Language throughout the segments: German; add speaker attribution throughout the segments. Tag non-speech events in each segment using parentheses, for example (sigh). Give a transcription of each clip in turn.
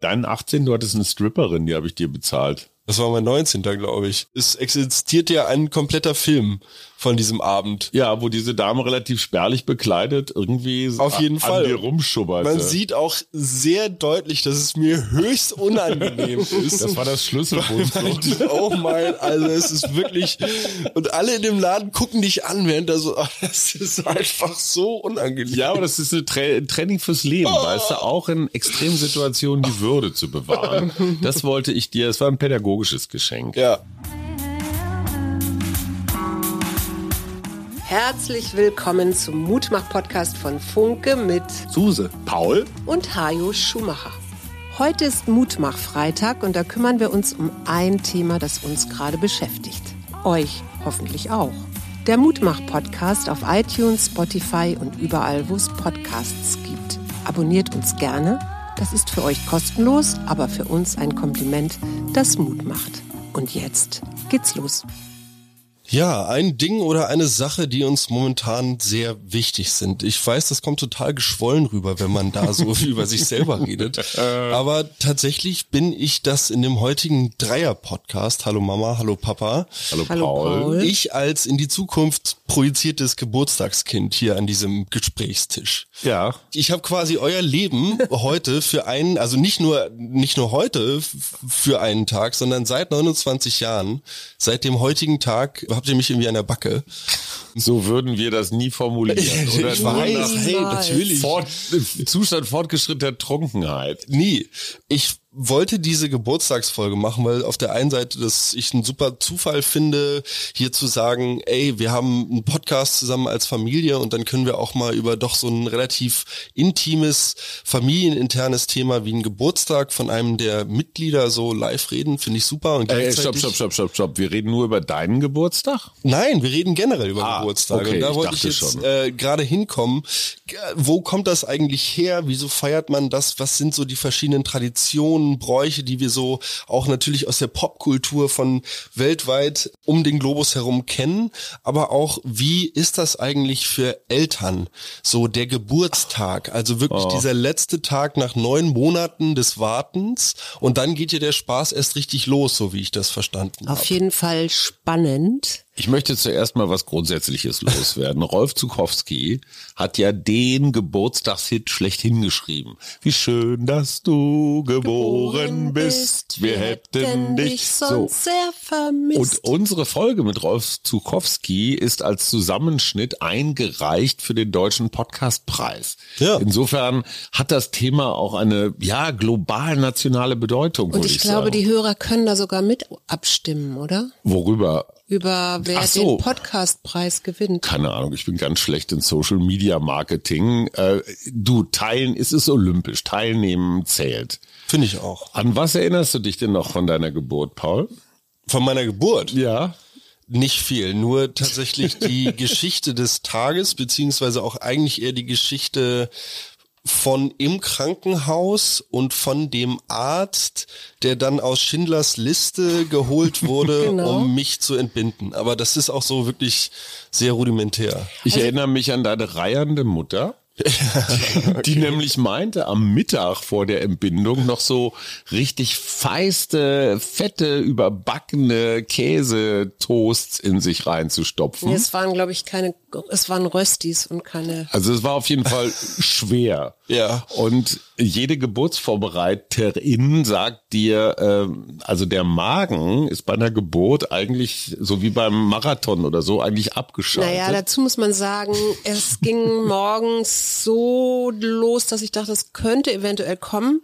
Speaker 1: Deinen 18, du hattest eine Stripperin, die habe ich dir bezahlt.
Speaker 2: Das war mein 19. glaube ich. Es existiert ja ein kompletter Film von diesem Abend.
Speaker 1: Ja, wo diese Dame relativ spärlich bekleidet irgendwie
Speaker 2: Auf jeden
Speaker 1: an
Speaker 2: Fall.
Speaker 1: dir rumschubbert.
Speaker 2: Man
Speaker 1: (laughs)
Speaker 2: sieht auch sehr deutlich, dass es mir
Speaker 1: (laughs)
Speaker 2: höchst unangenehm ist.
Speaker 1: das war das Schlüsselbund.
Speaker 2: Weil (laughs) die auch mein, also es ist wirklich, und alle in dem Laden gucken dich an, während da so, (laughs) ach, das ist einfach so unangenehm.
Speaker 1: Ja, aber das ist ein Tra Training fürs Leben,
Speaker 2: Oh.
Speaker 1: weißt du, auch in Extremsituationen die Würde zu bewahren. Das wollte ich dir, es war ein pädagogisches Geschenk.
Speaker 2: Ja.
Speaker 3: Herzlich willkommen zum Mutmach-Podcast von Funke mit
Speaker 1: Suse. Paul?
Speaker 3: und Hajo Schumacher. Heute ist Mutmach-Freitag und da kümmern wir uns um ein Thema, das uns gerade beschäftigt. Euch hoffentlich auch. Der Mutmach-Podcast auf iTunes, Spotify und überall, wo es Podcasts gibt. Abonniert uns gerne. Das ist für euch kostenlos, aber für uns ein Kompliment, das Mut macht. Und jetzt geht's los.
Speaker 2: Ja, ein Ding oder eine Sache, die uns momentan sehr wichtig sind. Ich weiß, das kommt total geschwollen rüber, wenn man da so (laughs) viel über sich selber redet.
Speaker 1: Äh.
Speaker 2: Aber tatsächlich bin ich das in dem heutigen Dreier-Podcast. Hallo Mama, hallo Papa.
Speaker 1: Hallo,
Speaker 3: Hallo,
Speaker 1: Paul.
Speaker 3: Paul.
Speaker 2: Ich als in die Zukunft projiziertes Geburtstagskind hier an diesem Gesprächstisch.
Speaker 1: Ja.
Speaker 2: Ich habe quasi euer Leben heute für einen, also nicht nur nicht nur heute f- für einen Tag, sondern seit 29 Jahren, seit dem heutigen Tag habt ihr mich irgendwie an der Backe.
Speaker 1: So würden wir das nie formulieren. Oder
Speaker 2: (laughs) Ich
Speaker 1: nur
Speaker 2: weiß,
Speaker 1: nach
Speaker 2: hey, natürlich.
Speaker 1: Fort, Zustand fortgeschrittener Trunkenheit.
Speaker 2: Nie. Ich wollte diese Geburtstagsfolge machen, weil auf der einen Seite, dass ich einen super Zufall finde, hier zu sagen, ey, wir haben einen Podcast zusammen als Familie und dann können wir auch mal über doch so ein relativ intimes, familieninternes Thema wie einen Geburtstag von einem der Mitglieder so live reden, finde ich super. Und
Speaker 1: Ey,
Speaker 2: gleichzeitig-
Speaker 1: Äh, stopp, stopp, stopp, stopp, stopp. Wir reden nur über deinen Geburtstag?
Speaker 2: Nein, wir reden generell über
Speaker 1: Ah,
Speaker 2: Geburtstage.
Speaker 1: okay,
Speaker 2: und da
Speaker 1: ich
Speaker 2: wollte ich,
Speaker 1: dachte
Speaker 2: jetzt
Speaker 1: schon.
Speaker 2: äh, gerade hinkommen. G- Wo kommt das eigentlich her? Wieso feiert man das? Was sind so die verschiedenen Traditionen, Bräuche, die wir so auch natürlich aus der Popkultur von weltweit um den Globus herum kennen? Aber auch, wie ist das eigentlich für Eltern? So der Geburtstag, also wirklich
Speaker 1: Oh.
Speaker 2: dieser letzte Tag nach neun Monaten des Wartens. Und dann geht ja der Spaß erst richtig los, so wie ich das verstanden habe.
Speaker 3: Auf jeden Fall spannend.
Speaker 1: Ich möchte zuerst mal was Grundsätzliches (laughs) loswerden. Rolf Zukowski hat ja den Geburtstagshit schlechthin geschrieben. Wie schön, dass du geboren bist. Wir hätten dich so.
Speaker 3: sonst sehr vermisst.
Speaker 1: Und unsere Folge mit Rolf Zukowski ist als Zusammenschnitt eingereicht für den Deutschen Podcastpreis.
Speaker 2: Ja.
Speaker 1: Insofern hat das Thema auch eine ja global nationale Bedeutung.
Speaker 3: Und
Speaker 1: würde
Speaker 3: ich, glaube,
Speaker 1: sagen.
Speaker 3: die Hörer können da sogar mit abstimmen, oder?
Speaker 1: worüber
Speaker 3: Über wer
Speaker 1: Ach so.
Speaker 3: den Podcastpreis gewinnt.
Speaker 1: keine Ahnung, ich bin ganz schlecht in Social Media Marketing. Äh, du, teilen, es ist olympisch, teilnehmen zählt.
Speaker 2: Finde ich auch.
Speaker 1: An was erinnerst du dich denn noch von deiner Geburt, Paul?
Speaker 2: Von meiner Geburt?
Speaker 1: Ja.
Speaker 2: Nicht viel, nur tatsächlich
Speaker 3: (laughs)
Speaker 2: die Geschichte des Tages, beziehungsweise auch eigentlich eher die Geschichte von im Krankenhaus und von dem Arzt, der dann aus Schindlers Liste
Speaker 3: (laughs)
Speaker 2: geholt wurde,
Speaker 3: Genau.
Speaker 2: um mich zu entbinden. Aber das ist auch so wirklich sehr rudimentär.
Speaker 1: Ich erinnere mich an deine reiernde Mutter. Die nämlich meinte, am Mittag vor der Entbindung noch so richtig feiste, fette, überbackene Käsetoasts in sich reinzustopfen.
Speaker 3: Nee, es waren, glaube ich, keine, es waren Röstis und keine.
Speaker 1: Also es war auf jeden
Speaker 2: (laughs)
Speaker 1: Fall schwer.
Speaker 2: Ja.
Speaker 1: Und jede Geburtsvorbereiterin sagt dir, ähm, also der Magen ist bei einer Geburt eigentlich so wie beim Marathon oder so eigentlich abgeschaltet.
Speaker 3: Naja, dazu muss man sagen, es (laughs) ging morgens so los, dass ich dachte, es könnte eventuell kommen.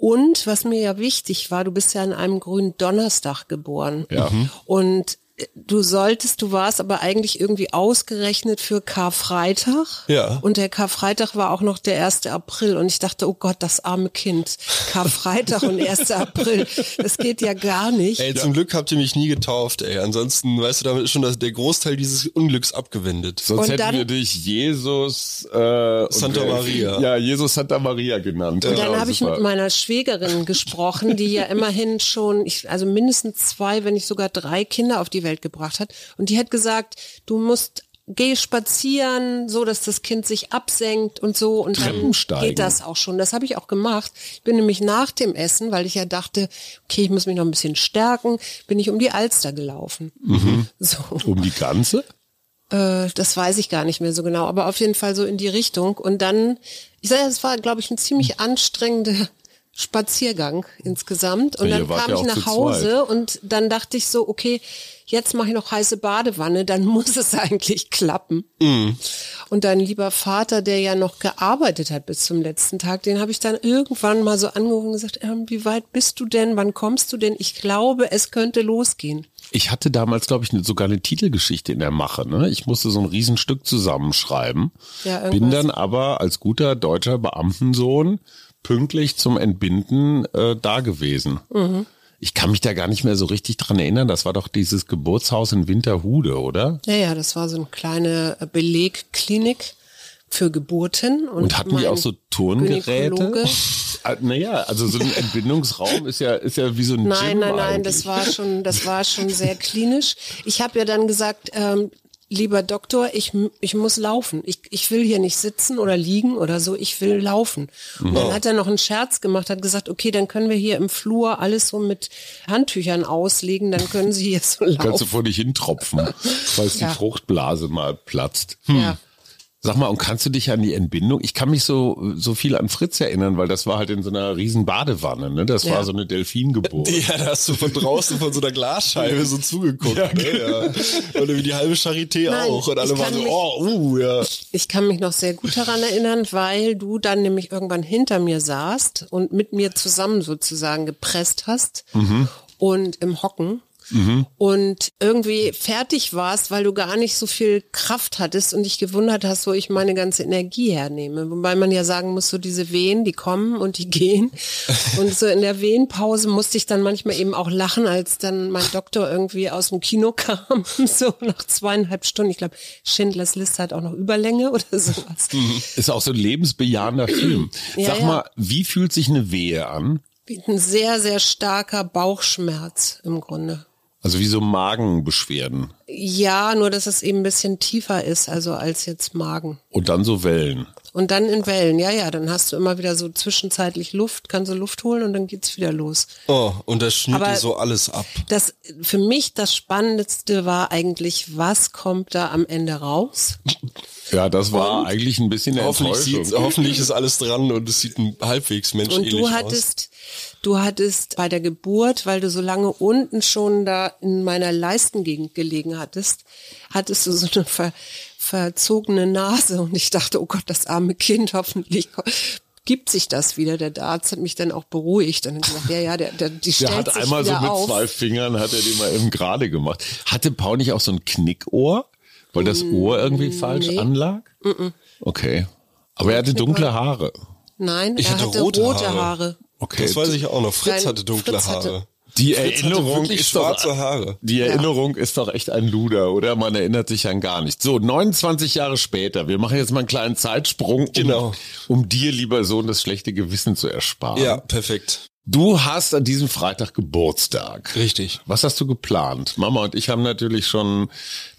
Speaker 3: Und was mir ja wichtig war, du bist ja an einem grünen Donnerstag geboren.
Speaker 1: Ja. Mhm.
Speaker 3: Und äh, du solltest, du warst aber eigentlich irgendwie ausgerechnet für Karfreitag.
Speaker 2: Ja.
Speaker 3: Und der Karfreitag war auch noch der 1. April. Und ich dachte, oh Gott, das arme Kind. Karfreitag und 1. April.
Speaker 1: (laughs)
Speaker 3: Das geht ja gar nicht.
Speaker 2: Ey, zum Glück habt ihr mich nie getauft, ey. Ansonsten, weißt du, damit ist schon das, der Großteil dieses Unglücks abgewendet.
Speaker 1: Sonst
Speaker 3: Und
Speaker 1: hätten
Speaker 3: dann-
Speaker 1: wir dich Jesus äh, und
Speaker 2: Santa
Speaker 1: wer-
Speaker 2: Maria.
Speaker 1: Ja, Jesus Santa Maria genannt.
Speaker 3: Und dann habe ich mit
Speaker 1: genau, super.
Speaker 3: meiner Schwägerin gesprochen, die ja immerhin schon, ich, also mindestens zwei, wenn nicht sogar drei Kinder auf die Welt gebracht hat. Und die hat gesagt, du musst geh spazieren, so dass das Kind sich absenkt und so und dann
Speaker 1: Treppensteigen.
Speaker 3: geht das auch schon. Das habe ich auch gemacht. Ich bin nämlich nach dem Essen, weil ich ja dachte, okay, ich muss mich noch ein bisschen stärken, bin ich um die Alster gelaufen. So,
Speaker 1: Um die ganze?
Speaker 3: äh, das weiß ich gar nicht mehr so genau, aber auf jeden Fall so in die Richtung und dann ich sage, es war glaube ich ein ziemlich anstrengender Spaziergang insgesamt und
Speaker 1: Ja, ihr
Speaker 3: dann
Speaker 1: wart
Speaker 3: kam
Speaker 1: ja
Speaker 3: ich
Speaker 1: auch zu
Speaker 3: nach Hause und dann dachte ich so, okay, jetzt mache ich noch heiße Badewanne, dann (laughs) muss es eigentlich klappen.
Speaker 1: Mhm.
Speaker 3: Und dein lieber Vater, der ja noch gearbeitet hat bis zum letzten Tag, den habe ich dann irgendwann mal so angerufen und gesagt, ähm, wie weit bist du denn, wann kommst du denn? Ich glaube, es könnte losgehen.
Speaker 1: Ich hatte damals, glaube ich, ne- sogar eine Titelgeschichte in der Mache. Ne? Ich musste so ein Riesenstück zusammenschreiben.
Speaker 3: Ja, irgendwas.
Speaker 1: bin dann aber als guter deutscher Beamtensohn pünktlich zum Entbinden äh, da gewesen.
Speaker 3: Mhm.
Speaker 1: Ich kann mich da gar nicht mehr so richtig dran erinnern. Das war doch dieses Geburtshaus in Winterhude, oder?
Speaker 3: Ja, ja, das war so eine kleine äh, Belegklinik für Geburten. Und,
Speaker 1: Und hatten die
Speaker 3: mein
Speaker 1: auch so (laughs) Turngeräte?
Speaker 3: Gynäkologe-
Speaker 1: Ah, naja, also so ein Entbindungsraum ist ja, ist ja wie so ein
Speaker 3: Nein,
Speaker 1: Gym
Speaker 3: nein, nein,
Speaker 1: eigentlich.
Speaker 3: das war schon, das war schon sehr klinisch. Ich habe ja dann gesagt, ähm, lieber Doktor, ich, m- ich muss laufen. Ich, ich will hier nicht sitzen oder liegen oder so, ich will laufen. Und dann hat er noch einen Scherz gemacht, hat gesagt, okay, dann können wir hier im Flur alles so mit Handtüchern auslegen, dann können Sie hier so
Speaker 1: Kannst du
Speaker 3: laufen.
Speaker 1: vor dich hintropfen, falls
Speaker 3: Ja.
Speaker 1: die Fruchtblase mal platzt. Hm.
Speaker 3: Ja.
Speaker 1: Sag mal, und kannst du dich an die Entbindung? Ich kann mich so, so viel an Fritz erinnern, weil das war halt in so einer riesen Badewanne, ne? Das
Speaker 3: Ja.
Speaker 1: war so eine Delfingeburt.
Speaker 2: Ja, da hast du von draußen von so einer Glasscheibe so zugeguckt. ne? ja. Oder wie die halbe Charité
Speaker 3: Nein,
Speaker 2: auch. Und
Speaker 3: ich
Speaker 2: alle
Speaker 3: kann
Speaker 2: waren so,
Speaker 3: mich-
Speaker 2: oh, uh, ja.
Speaker 3: Ich kann mich noch sehr gut daran erinnern, weil du dann nämlich irgendwann hinter mir saßt und mit mir zusammen sozusagen gepresst hast und im Hocken. Und irgendwie fertig warst, weil du gar nicht so viel Kraft hattest und dich gewundert hast, wo ich meine ganze Energie hernehme. Wobei man ja sagen muss, so diese Wehen, die kommen und die gehen. Und so in der Wehenpause musste ich dann manchmal eben auch lachen, als dann mein Doktor irgendwie aus dem Kino kam, (laughs) so nach zweieinhalb Stunden. Ich glaube, Schindlers Liste hat auch noch Überlänge oder (laughs) sowas.
Speaker 1: Ist auch so ein lebensbejahender Film.
Speaker 3: Ja,
Speaker 1: Sag
Speaker 3: ja.
Speaker 1: mal, wie fühlt sich eine Wehe an?
Speaker 3: Wie Ein sehr, sehr starker Bauchschmerz im Grunde.
Speaker 1: Also wie so Magenbeschwerden
Speaker 3: Ja, nur dass es eben ein bisschen tiefer ist, also als jetzt Magen.
Speaker 1: und dann so Wellen.
Speaker 3: Und dann in Wellen, ja, ja, dann hast du immer wieder so zwischenzeitlich Luft, kannst du Luft holen und dann geht's wieder los.
Speaker 2: Oh, und das schnitt
Speaker 3: Aber-
Speaker 2: dir so alles ab.
Speaker 3: Das für mich das Spannendste war eigentlich, was kommt da am Ende raus?
Speaker 1: Ja, das war eigentlich ein bisschen eine
Speaker 2: Hoffentlich, sieht's,
Speaker 1: Enttäuschung.
Speaker 2: hoffentlich ist alles dran und es sieht ein halbwegs menschenähnlich
Speaker 3: Und
Speaker 2: aus.
Speaker 3: du hattest, du hattest bei der Geburt, weil du so lange unten schon da in meiner Leistengegend gelegen hattest, hattest du so eine ver, verzogene Nase und ich dachte, oh Gott, das arme Kind, hoffentlich ko- gibt sich das wieder. Der Arzt hat mich dann auch beruhigt und hat gesagt, ja, ja, der, der, die stellt
Speaker 1: Der hat
Speaker 3: sich
Speaker 1: einmal so
Speaker 3: wieder
Speaker 1: mit
Speaker 3: auf.
Speaker 1: zwei Fingern, hat er den mal eben gerade gemacht. Hatte Paul nicht auch so ein Knickohr? Weil das Ohr irgendwie falsch
Speaker 3: Mm, nee.
Speaker 1: anlag? Okay. Aber er hatte dunkle Haare.
Speaker 3: Nein,
Speaker 2: Ich
Speaker 3: er
Speaker 2: hatte
Speaker 3: hatte
Speaker 2: rote
Speaker 3: rote,
Speaker 2: Haare.
Speaker 3: Haare.
Speaker 1: Okay.
Speaker 2: das weiß ich auch noch. Fritz
Speaker 3: Nein,
Speaker 2: hatte dunkle
Speaker 3: Fritz hatte-
Speaker 2: Haare.
Speaker 1: Die
Speaker 2: Fritz hatte
Speaker 1: Erinnerung
Speaker 2: wirklich
Speaker 1: ist
Speaker 2: schwarze
Speaker 1: doch,
Speaker 2: Haare.
Speaker 1: Die Erinnerung ist doch echt ein Luder, oder? Man erinnert sich an gar nichts. So, 29 Jahre später. Wir machen jetzt mal einen kleinen Zeitsprung,
Speaker 2: Genau.
Speaker 1: um, um dir, lieber Sohn, das schlechte Gewissen zu ersparen.
Speaker 2: Ja, perfekt.
Speaker 1: Du hast an diesem Freitag Geburtstag.
Speaker 2: Richtig.
Speaker 1: Was hast du geplant? Mama und ich haben natürlich schon,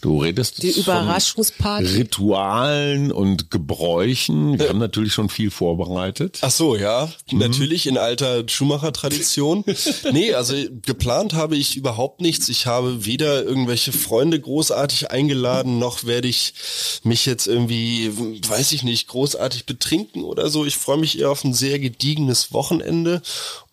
Speaker 1: du redest
Speaker 3: Die
Speaker 1: von
Speaker 3: Überraschungsparty.
Speaker 1: Ritualen und Gebräuchen. Wir haben natürlich schon viel vorbereitet.
Speaker 2: Ach so, ja, natürlich in alter Schumacher-Tradition. nee, also geplant habe ich überhaupt nichts. Ich habe weder irgendwelche Freunde großartig eingeladen, noch werde ich mich jetzt irgendwie, weiß ich nicht, großartig betrinken oder so. Ich freue mich eher auf ein sehr gediegenes Wochenende.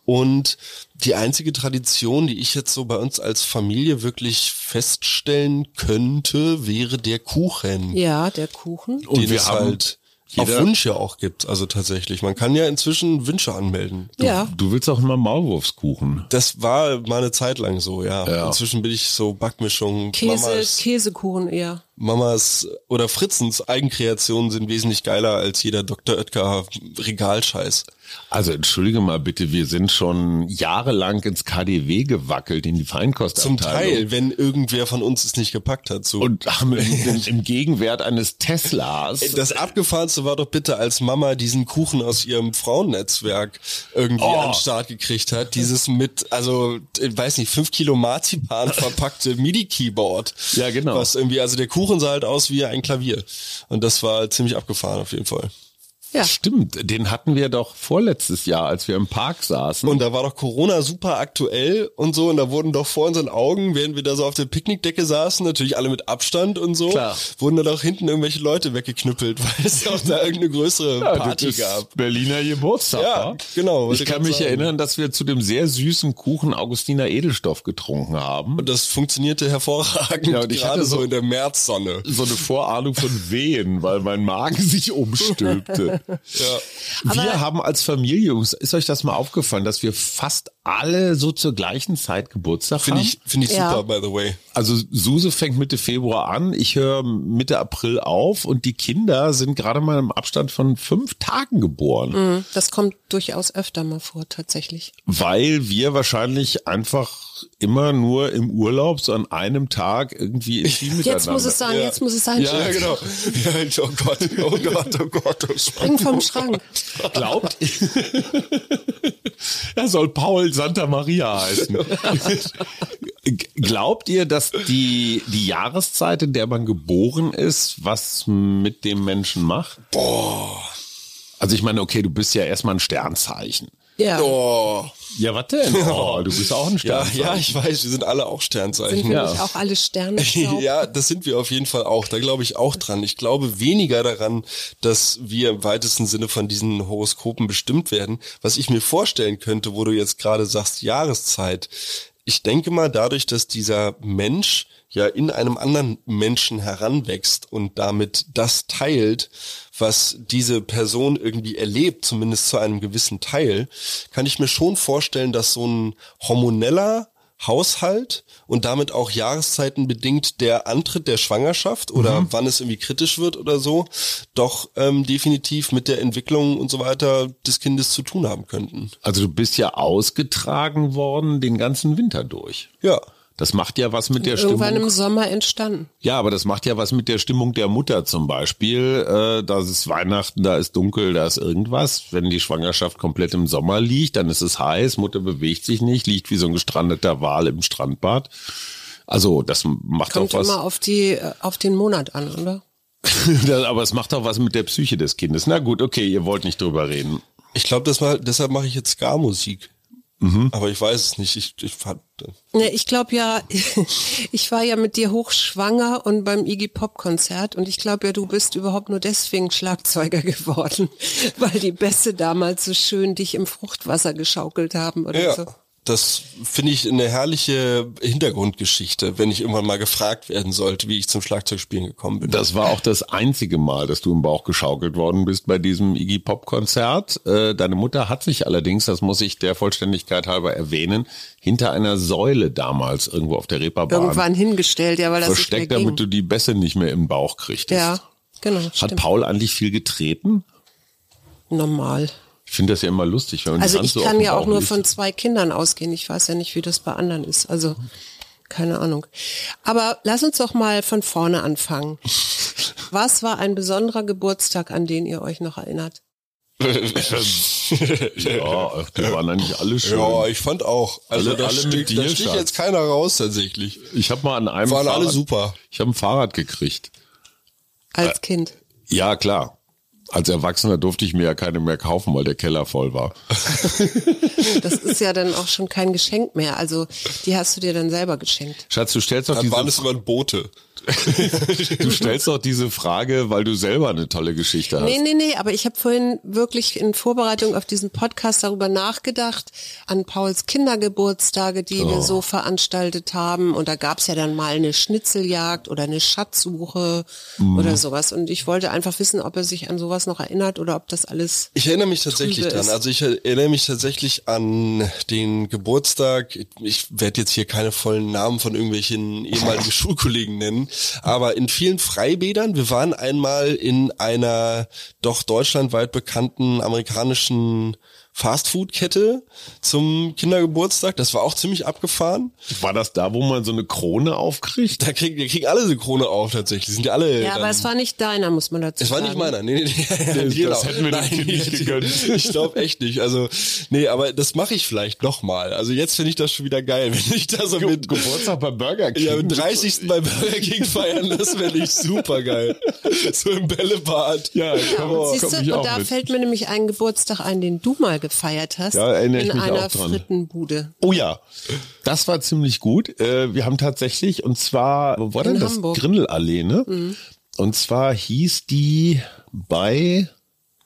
Speaker 2: Und die einzige Tradition, die ich jetzt so bei uns als Familie wirklich feststellen könnte, wäre der Kuchen
Speaker 3: Ja, der Kuchen.
Speaker 1: Und
Speaker 2: den
Speaker 1: wir
Speaker 2: es
Speaker 1: haben
Speaker 2: halt auf
Speaker 1: jeder-
Speaker 2: Wunsch ja auch gibt. Also tatsächlich, man kann ja inzwischen Wünsche anmelden.
Speaker 3: Ja.
Speaker 1: Du willst auch mal Maulwurfskuchen.
Speaker 2: Das war mal eine Zeit lang so, ja.
Speaker 1: Ja.
Speaker 2: Inzwischen bin ich so Backmischung,
Speaker 3: Käse,
Speaker 2: Mamas,
Speaker 3: Käsekuchen eher.
Speaker 2: Mamas oder Fritzens Eigenkreationen sind wesentlich geiler als jeder Dr. Oetker Regalscheiß.
Speaker 1: Also entschuldige mal bitte, wir sind schon jahrelang ins KDW gewackelt, in die Feinkostabteilung.
Speaker 2: Zum Teil, wenn irgendwer von uns es nicht gepackt hat. So.
Speaker 1: Und haben im, im Gegenwert eines Teslas.
Speaker 2: das Abgefahrenste war doch bitte, als Mama diesen Kuchen aus ihrem Frauennetzwerk irgendwie
Speaker 1: Oh.
Speaker 2: an den Start gekriegt hat. Dieses mit, äh,
Speaker 1: (laughs)
Speaker 2: also, ich weiß nicht, fünf Kilo Marzipan verpackte MIDI-Keyboard.
Speaker 1: Ja, genau.
Speaker 2: Was irgendwie, also der Kuchen Kuchen sah halt aus wie ein Klavier. Und das war ziemlich abgefahren auf jeden Fall.
Speaker 3: Ja.
Speaker 1: Stimmt, den hatten wir doch vorletztes Jahr, als wir im Park saßen.
Speaker 2: Und da war doch Corona super aktuell und so und da wurden doch vor unseren Augen, während wir da so auf der Picknickdecke saßen, natürlich alle mit Abstand und so,
Speaker 1: Klar.
Speaker 2: wurden da doch hinten irgendwelche Leute weggeknüppelt, (laughs) weil es auch da irgendeine größere
Speaker 1: Ja,
Speaker 2: Party
Speaker 1: das ist
Speaker 2: gab.
Speaker 1: Berliner Geburtstag.
Speaker 2: Ja,
Speaker 1: wa?
Speaker 2: genau, wollte
Speaker 1: Ich kann
Speaker 2: ich
Speaker 1: mich
Speaker 2: sagen.
Speaker 1: erinnern, dass wir zu dem sehr süßen Kuchen Augustiner Edelstoff getrunken haben.
Speaker 2: Und das funktionierte hervorragend,
Speaker 1: Ja, und ich
Speaker 2: gerade
Speaker 1: hatte
Speaker 2: so
Speaker 1: so-
Speaker 2: in der Märzsonne.
Speaker 1: So eine Vorahnung von Wehen, weil mein Magen sich
Speaker 3: (laughs)
Speaker 1: umstülpte. Wir haben als Familie, Jungs, ist euch das mal aufgefallen, dass wir fast alle so zur gleichen Zeit Geburtstag
Speaker 2: Finde
Speaker 1: haben?
Speaker 2: ich, finde ich
Speaker 3: Ja.
Speaker 2: super, by the way.
Speaker 1: Also Suse fängt Mitte Februar an, ich höre Mitte April auf und die Kinder sind gerade mal im Abstand von fünf Tagen geboren.
Speaker 3: Mhm. Das kommt durchaus öfter mal vor, tatsächlich.
Speaker 1: Weil wir wahrscheinlich einfach immer nur im Urlaub so an einem Tag irgendwie intim miteinander.
Speaker 3: Jetzt muss es sein, jetzt muss es sein.
Speaker 2: Ja, ja genau. Ja, oh Gott, oh Gott, oh Gott. Oh
Speaker 3: Spring
Speaker 2: Gott.
Speaker 3: vom Schrank.
Speaker 1: Glaubt? (laughs) er soll Paul Santa Maria heißen. G- (laughs) Glaubt ihr, dass die, die Jahreszeit, in der man geboren ist, was mit dem Menschen macht? Boah. Also ich meine, okay, du bist ja erstmal ein Sternzeichen.
Speaker 3: Ja.
Speaker 2: Oh.
Speaker 1: Ja, was denn? Oh, du bist auch ein
Speaker 2: Ja,
Speaker 1: Sternzeichen.
Speaker 2: ja, ich weiß, wir sind alle auch Sternzeichen.
Speaker 3: Sind wir
Speaker 1: Ja.
Speaker 3: nicht auch alle
Speaker 2: (laughs)
Speaker 3: Sterne?
Speaker 2: Ja, das sind wir auf jeden Fall auch. Da glaube ich auch dran. Ich glaube weniger daran, dass wir im weitesten Sinne von diesen Horoskopen bestimmt werden. Was ich mir vorstellen könnte, wo du jetzt gerade sagst, Jahreszeit. Ich denke mal, dadurch, dass dieser Mensch ja in einem anderen Menschen heranwächst und damit das teilt, was diese Person irgendwie erlebt, zumindest zu einem gewissen Teil, kann ich mir schon vorstellen, dass so ein hormoneller Haushalt und damit auch Jahreszeiten bedingt der Antritt der Schwangerschaft oder
Speaker 1: Mhm.
Speaker 2: wann es irgendwie kritisch wird oder so, doch ähm, definitiv mit der Entwicklung und so weiter des Kindes zu tun haben könnten.
Speaker 1: Also du bist ja ausgetragen worden den ganzen Winter durch.
Speaker 2: Ja.
Speaker 1: Das macht ja was mit der
Speaker 3: Irgendwann
Speaker 1: Stimmung.
Speaker 3: im Sommer entstanden.
Speaker 1: Ja, aber das macht ja was mit der Stimmung der Mutter zum Beispiel. Äh, da ist Weihnachten, da ist dunkel, da ist irgendwas. Wenn die Schwangerschaft komplett im Sommer liegt, dann ist es heiß, Mutter bewegt sich nicht, liegt wie so ein gestrandeter Wal im Strandbad. Also das macht
Speaker 3: Kommt
Speaker 1: auch was. (laughs)
Speaker 3: immer auf die, äh, auf den Monat an, oder?
Speaker 1: Das- aber es macht auch was mit der Psyche des Kindes. Na gut, okay, ihr wollt nicht drüber reden.
Speaker 2: Ich glaube, das war, deshalb mache ich jetzt Ska-Musik.
Speaker 1: Mhm.
Speaker 2: Aber ich weiß es nicht. Ich, ich fand, äh,
Speaker 3: Ne, ich glaube ja, (laughs) ich war ja mit dir hochschwanger und beim Iggy Pop Konzert und ich glaube ja, du bist überhaupt nur deswegen Schlagzeuger (laughs) geworden, weil die Bässe damals so schön dich im Fruchtwasser geschaukelt haben oder so.
Speaker 2: ja. Das finde ich eine herrliche Hintergrundgeschichte, wenn ich irgendwann mal gefragt werden sollte, wie ich zum Schlagzeugspielen gekommen bin.
Speaker 1: Das war auch das einzige Mal, dass du im Bauch geschaukelt worden bist bei diesem Iggy Pop Konzert. Äh, Deine Mutter hat sich allerdings, das muss ich der Vollständigkeit halber erwähnen, hinter einer Säule damals irgendwo auf der Reeperbahn
Speaker 3: Irgendwann hingestellt, ja, weil das
Speaker 1: versteckt,
Speaker 3: nicht mehr
Speaker 1: damit
Speaker 3: ging.
Speaker 1: du die Bässe nicht mehr im Bauch kriegtest.
Speaker 3: Ja, genau,
Speaker 1: Hat
Speaker 3: stimmt.
Speaker 1: Paul eigentlich viel getreten?
Speaker 3: Normal.
Speaker 1: Ich finde das ja immer lustig, wenn man
Speaker 3: Also
Speaker 1: die Hand
Speaker 3: ich
Speaker 1: so auf
Speaker 3: kann
Speaker 1: den
Speaker 3: ja auch
Speaker 1: Bauch
Speaker 3: nur
Speaker 1: legt.
Speaker 3: von zwei Kindern ausgehen. Ich weiß ja nicht, wie das bei anderen ist. Also keine Ahnung. Aber lass uns doch mal von
Speaker 1: (laughs)
Speaker 3: vorne anfangen. Was war ein besonderer Geburtstag, an den ihr euch noch erinnert?
Speaker 1: (laughs) Ja, ach, die waren eigentlich alle schön.
Speaker 2: Ja, ich fand auch. Also
Speaker 1: Alle-
Speaker 2: da,
Speaker 1: alle mit
Speaker 2: sticht, da
Speaker 1: dir,
Speaker 2: sticht
Speaker 1: Schatz.
Speaker 2: jetzt keiner raus tatsächlich.
Speaker 1: Ich habe mal an einem
Speaker 2: Waren
Speaker 1: Fahrrad,
Speaker 2: alle super.
Speaker 1: Ich habe ein Fahrrad gekriegt. Äh.
Speaker 3: Als Kind.
Speaker 1: Ja, klar. Als Erwachsener durfte ich mir ja keine mehr kaufen, weil der Keller voll war.
Speaker 3: Das ist ja dann auch schon kein Geschenk mehr. Also die hast du dir dann selber geschenkt.
Speaker 1: Schatz, du stellst doch,
Speaker 2: Dann waren
Speaker 1: diese,
Speaker 2: es immer ein Bote.
Speaker 1: du stellst doch diese Frage, weil du selber eine tolle Geschichte hast.
Speaker 3: Nee, nee, nee, aber ich habe vorhin wirklich in Vorbereitung auf diesen Podcast darüber nachgedacht, an Pauls Kindergeburtstage, die
Speaker 1: Oh.
Speaker 3: wir so veranstaltet haben. Und da gab's ja dann mal eine Schnitzeljagd oder eine Schatzsuche
Speaker 1: Mhm.
Speaker 3: oder sowas. Und ich wollte einfach wissen, ob er sich an sowas noch erinnert oder ob das alles
Speaker 2: Ich erinnere mich tatsächlich
Speaker 3: Trübe
Speaker 2: dran.
Speaker 3: ist.
Speaker 2: Also ich erinnere mich tatsächlich an den Geburtstag. Ich werde jetzt hier keine vollen Namen von irgendwelchen (laughs) ehemaligen Schulkollegen nennen, aber in vielen Freibädern. Wir waren einmal in einer doch deutschlandweit bekannten amerikanischen Fastfood-Kette zum Kindergeburtstag. Das war auch ziemlich abgefahren.
Speaker 1: War das da, wo man so eine Krone
Speaker 2: (laughs)
Speaker 1: aufkriegt?
Speaker 2: Da kriegen, da kriegen alle eine Krone auf tatsächlich. Sind ja alle.
Speaker 1: äh,
Speaker 3: Ja, aber
Speaker 2: dann-
Speaker 3: es war nicht deiner, muss man dazu
Speaker 2: es war
Speaker 3: sagen.
Speaker 2: nicht meiner. Nee, nee, nee, nee
Speaker 1: das hätten wir dem Kind nicht gegönnt.
Speaker 2: Ich glaube echt nicht. Also, nee, aber das mache ich vielleicht nochmal. Also jetzt finde ich das schon wieder geil, (laughs) wenn ich da so
Speaker 1: Ge
Speaker 2: mit,
Speaker 1: Geburtstag bei Burger King.
Speaker 2: Ja, am 30. bei Burger King feiern, das wäre nicht super geil. So im Bällebad. Oh.
Speaker 1: Ja,
Speaker 3: Ja,
Speaker 1: komm, Oh, komm,
Speaker 3: Siehst
Speaker 1: ich
Speaker 3: du,
Speaker 1: auch
Speaker 3: und da
Speaker 1: mit.
Speaker 3: fällt mir nämlich ein Geburtstag ein, den du mal gefeiert hast.
Speaker 1: Ja, erinnere ich
Speaker 3: in
Speaker 1: mich
Speaker 3: einer
Speaker 1: auch dran.
Speaker 3: Frittenbude.
Speaker 1: Oh ja, das war ziemlich gut. Äh, wir haben tatsächlich, und zwar, wo war
Speaker 3: In
Speaker 1: denn das?
Speaker 3: Hamburg. Mhm.
Speaker 1: Grindelallee, ne? Und zwar hieß die bei,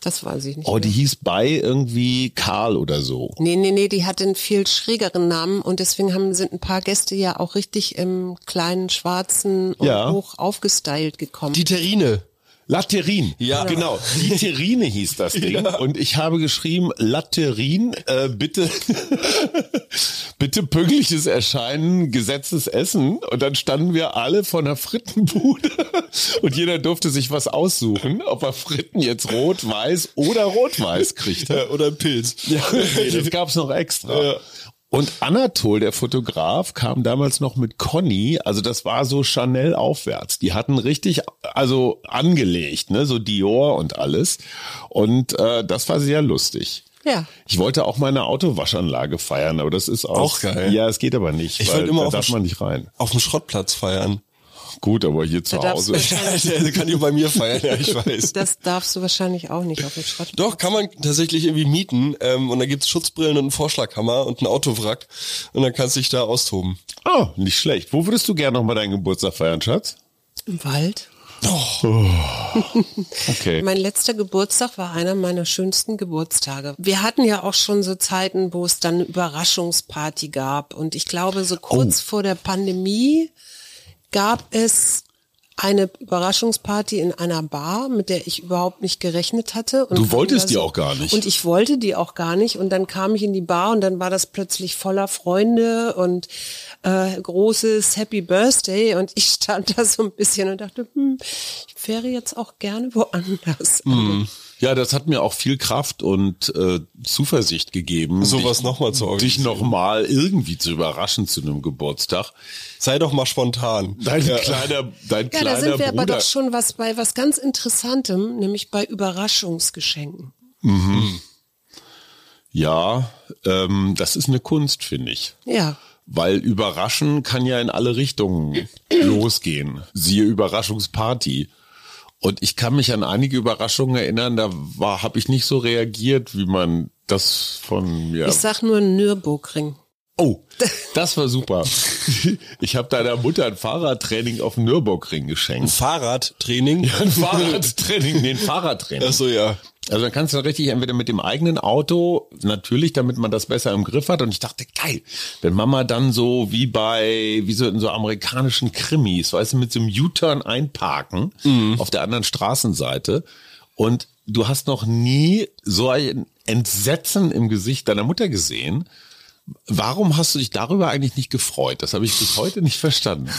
Speaker 3: Das weiß ich nicht.
Speaker 1: oh,
Speaker 3: mehr.
Speaker 1: die hieß bei irgendwie Karl oder so.
Speaker 3: Nee, nee, nee, die hat einen viel schrägeren Namen und deswegen haben, sind ein paar Gäste ja auch richtig im kleinen schwarzen und
Speaker 1: Ja.
Speaker 3: hoch aufgestylt gekommen.
Speaker 2: Die Terrine.
Speaker 1: Laterin.
Speaker 2: Ja.
Speaker 1: Genau. Die Terrine hieß das Ding. Und ich habe geschrieben, Laterin, äh, bitte, (laughs) bitte pünktliches Erscheinen, gesetztes Essen. Und dann standen wir alle vor einer Frittenbude und jeder durfte sich was aussuchen, ob er Fritten jetzt rot, weiß oder rot-weiß kriegt.
Speaker 2: Ja, oder ein Pilz.
Speaker 1: Ja, nee,
Speaker 2: (laughs)
Speaker 1: das gab's noch extra. Und Anatol, der Fotograf, kam damals noch mit Conny, also das war so Chanel aufwärts. Die hatten richtig, also angelegt, ne, so Dior und alles. Und äh, das war sehr lustig.
Speaker 3: Ja.
Speaker 1: Ich wollte auch meine Autowaschanlage feiern, aber das ist auch,
Speaker 2: Auch geil.
Speaker 1: Ja, es geht aber nicht,
Speaker 2: Ich
Speaker 1: weil
Speaker 2: wollte immer
Speaker 1: da
Speaker 2: auf
Speaker 1: darf
Speaker 2: dem
Speaker 1: man
Speaker 2: Sch-
Speaker 1: nicht rein.
Speaker 2: Auf dem Schrottplatz feiern. (laughs)
Speaker 1: Gut, aber hier zu
Speaker 3: darfst
Speaker 1: Hause.
Speaker 3: du nicht.
Speaker 2: Der kann ja bei mir feiern, ja, ich weiß.
Speaker 3: Das darfst du wahrscheinlich auch nicht auf dem Schrott.
Speaker 2: Doch, kann man tatsächlich irgendwie mieten. Ähm, und da gibt's Schutzbrillen und einen Vorschlaghammer und einen Autowrack. Und dann kannst du dich da austoben.
Speaker 1: Ah, nicht schlecht. Wo würdest du gerne nochmal deinen Geburtstag feiern, Schatz?
Speaker 3: Im Wald.
Speaker 1: Okay.
Speaker 3: Mein letzter Geburtstag war einer meiner schönsten Geburtstage. Wir hatten ja auch schon so Zeiten, wo es dann eine Überraschungsparty gab. Und ich glaube, so kurz
Speaker 2: Oh.
Speaker 3: vor der Pandemie gab es eine Überraschungsparty in einer Bar, mit der ich überhaupt nicht gerechnet hatte. Und
Speaker 1: Du
Speaker 3: kam
Speaker 1: wolltest
Speaker 3: da
Speaker 1: die auch gar nicht.
Speaker 3: Und ich wollte die auch gar nicht. Und dann kam ich in die Bar und dann war das plötzlich voller Freunde und äh, großes Happy Birthday. Und ich stand da so ein bisschen und dachte, hm, ich wäre jetzt auch gerne woanders.
Speaker 1: Hm, Ja, das hat mir auch viel Kraft und äh, Zuversicht gegeben.
Speaker 2: Um Sowas
Speaker 1: dich-
Speaker 2: nochmal zu
Speaker 1: Dich
Speaker 2: organisieren.
Speaker 1: nochmal irgendwie zu überraschen zu einem Geburtstag.
Speaker 2: Sei doch mal spontan.
Speaker 1: Dein kleiner, dein
Speaker 3: Ja,
Speaker 1: kleiner
Speaker 3: da sind wir
Speaker 1: Bruder.
Speaker 3: aber doch schon was bei was ganz Interessantem, nämlich bei Überraschungsgeschenken.
Speaker 1: ja, ähm, das ist eine Kunst, finde ich.
Speaker 3: Ja.
Speaker 1: Weil Überraschen kann ja in alle
Speaker 3: (clears throat)
Speaker 1: Richtungen losgehen. Siehe Überraschungsparty. Und ich kann mich an einige Überraschungen erinnern, da war, habe ich nicht so reagiert, wie man das von mir
Speaker 3: Ich sag nur Nürburgring.
Speaker 1: Oh, das war super. Ich habe deiner Mutter ein Fahrradtraining auf dem Nürburgring
Speaker 2: (laughs)
Speaker 1: geschenkt.
Speaker 2: Fahrradtraining.
Speaker 1: Ein
Speaker 2: (laughs)
Speaker 1: Fahrradtraining, den Fahrradtraining.
Speaker 2: Achso, ja.
Speaker 1: Also dann kannst du richtig entweder mit dem eigenen Auto, natürlich, damit man das besser im Griff hat. Und ich dachte, geil, wenn Mama dann so wie bei, wie so in so amerikanischen Krimis, weißt du, mit so einem U-Turn einparken auf der anderen Straßenseite. Und du hast noch nie so ein Entsetzen im Gesicht deiner Mutter gesehen. Warum hast du dich darüber eigentlich nicht gefreut? Das habe ich bis heute nicht verstanden.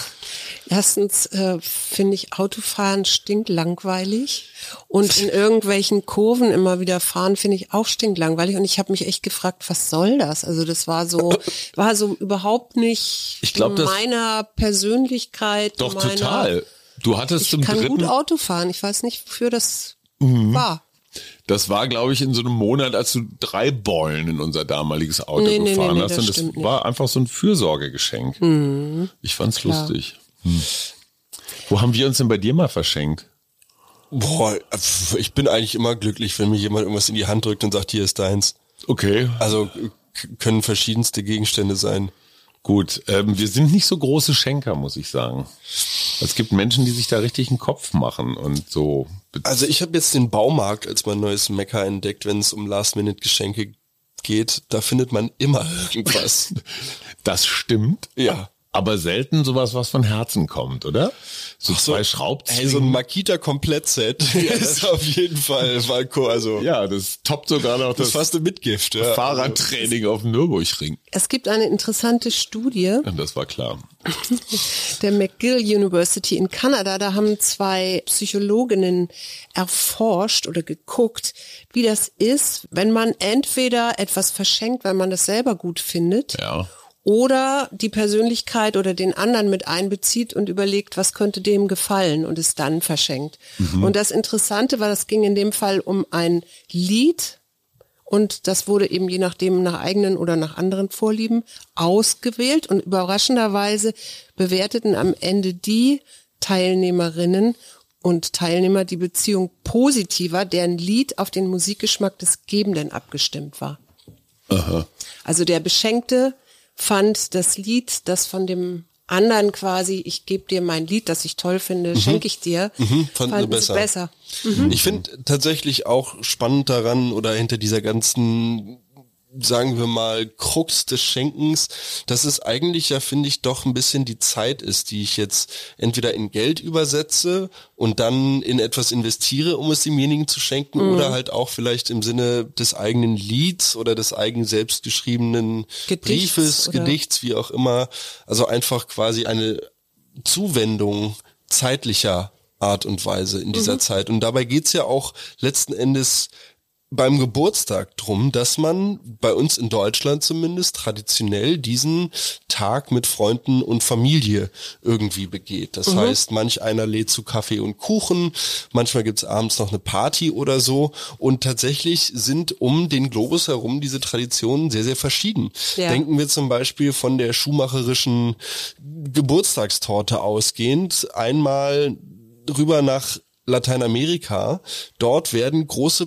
Speaker 3: Erstens äh, finde ich Autofahren stinklangweilig und in irgendwelchen Kurven immer wieder fahren finde ich auch stinklangweilig und ich habe mich echt gefragt, was soll das? Also das war so war so überhaupt nicht
Speaker 1: Ich glaub, das-
Speaker 3: meiner Persönlichkeit.
Speaker 1: Doch
Speaker 3: meiner,
Speaker 1: total. Du hattest
Speaker 3: Ich
Speaker 1: zum
Speaker 3: kann
Speaker 1: dritten Mhm.
Speaker 3: gut Autofahren. Ich weiß nicht, wofür das war.
Speaker 1: Das war, glaube ich, in so einem Monat, als du drei Beulen in unser damaliges Auto
Speaker 3: Nee, nee,
Speaker 1: gefahren
Speaker 3: nee, nee,
Speaker 1: hast.
Speaker 3: das
Speaker 1: Und das
Speaker 3: stimmt Mhm.
Speaker 1: war einfach so ein Fürsorgegeschenk. Ich fand's lustig. Hm. Wo haben wir uns denn bei dir mal verschenkt?
Speaker 2: Boah, pf, ich bin eigentlich immer glücklich, wenn mir jemand irgendwas in die Hand drückt und sagt, hier ist deins.
Speaker 1: Okay.
Speaker 2: Also k- können verschiedenste Gegenstände sein.
Speaker 1: Gut. Ähm, wir sind nicht so große Schenker, muss ich sagen. Es gibt Menschen, die sich da richtig einen Kopf machen und so.
Speaker 2: Also ich habe jetzt den Baumarkt als mein neues Mecker entdeckt, wenn es
Speaker 1: (laughs)
Speaker 2: um Last-Minute-Geschenke geht. Da findet man immer irgendwas.
Speaker 1: Das stimmt.
Speaker 2: ja.
Speaker 1: aber selten sowas, was von Herzen kommt, oder? So, zwei Schraubzwingen.
Speaker 2: Ey, so
Speaker 1: (laughs)
Speaker 2: ein Makita-Komplettset ist (laughs) auf jeden Fall, Falco, also
Speaker 1: ja, das toppt sogar noch
Speaker 2: das
Speaker 1: das,
Speaker 2: fasste Mitgift. Ja.
Speaker 1: Fahrradtraining auf dem Nürburgring.
Speaker 3: Es gibt eine interessante Studie
Speaker 1: Und das war klar.
Speaker 3: der McGill University in Kanada. Da haben zwei Psychologinnen erforscht oder geguckt, wie das ist, wenn man entweder etwas verschenkt, weil man das selber gut findet,
Speaker 1: Ja.
Speaker 3: oder die Persönlichkeit oder den anderen mit einbezieht und überlegt, was könnte dem gefallen und es dann verschenkt. Und das Interessante war, das ging in dem Fall um ein Lied und das wurde eben je nachdem nach eigenen oder nach anderen Vorlieben ausgewählt und überraschenderweise bewerteten am Ende die Teilnehmerinnen und Teilnehmer die Beziehung positiver, deren Lied auf den Musikgeschmack des Gebenden abgestimmt war. Also der Beschenkte fand das Lied, das von dem anderen quasi, ich gebe dir mein Lied, das ich toll finde, schenke ich dir,
Speaker 2: Mhm. fanden sie
Speaker 3: fanden
Speaker 2: besser.
Speaker 3: sie besser.
Speaker 2: Ich finde tatsächlich auch spannend daran oder hinter dieser ganzen sagen wir mal, Krux des Schenkens, dass es eigentlich ja, finde ich, doch ein bisschen die Zeit ist, die ich jetzt entweder in Geld übersetze und dann in etwas investiere, um es demjenigen zu schenken
Speaker 3: Mhm.
Speaker 2: oder halt auch vielleicht im Sinne des eigenen Lieds oder des eigenen selbstgeschriebenen
Speaker 3: Gedichts
Speaker 2: Briefes,
Speaker 3: oder-
Speaker 2: Gedichts, wie auch immer. Also einfach quasi eine Zuwendung zeitlicher Art und Weise in
Speaker 3: Mhm.
Speaker 2: dieser Zeit. Und dabei geht's ja auch letzten Endes beim Geburtstag drum, dass man bei uns in Deutschland zumindest traditionell diesen Tag mit Freunden und Familie irgendwie begeht. Das heißt, manch einer lädt zu Kaffee und Kuchen, manchmal gibt's abends noch eine Party oder so. Und tatsächlich sind um den Globus herum diese Traditionen sehr, sehr verschieden.
Speaker 3: Ja.
Speaker 2: Denken wir zum Beispiel von der schuhmacherischen Geburtstagstorte ausgehend einmal rüber nach Lateinamerika. Dort werden große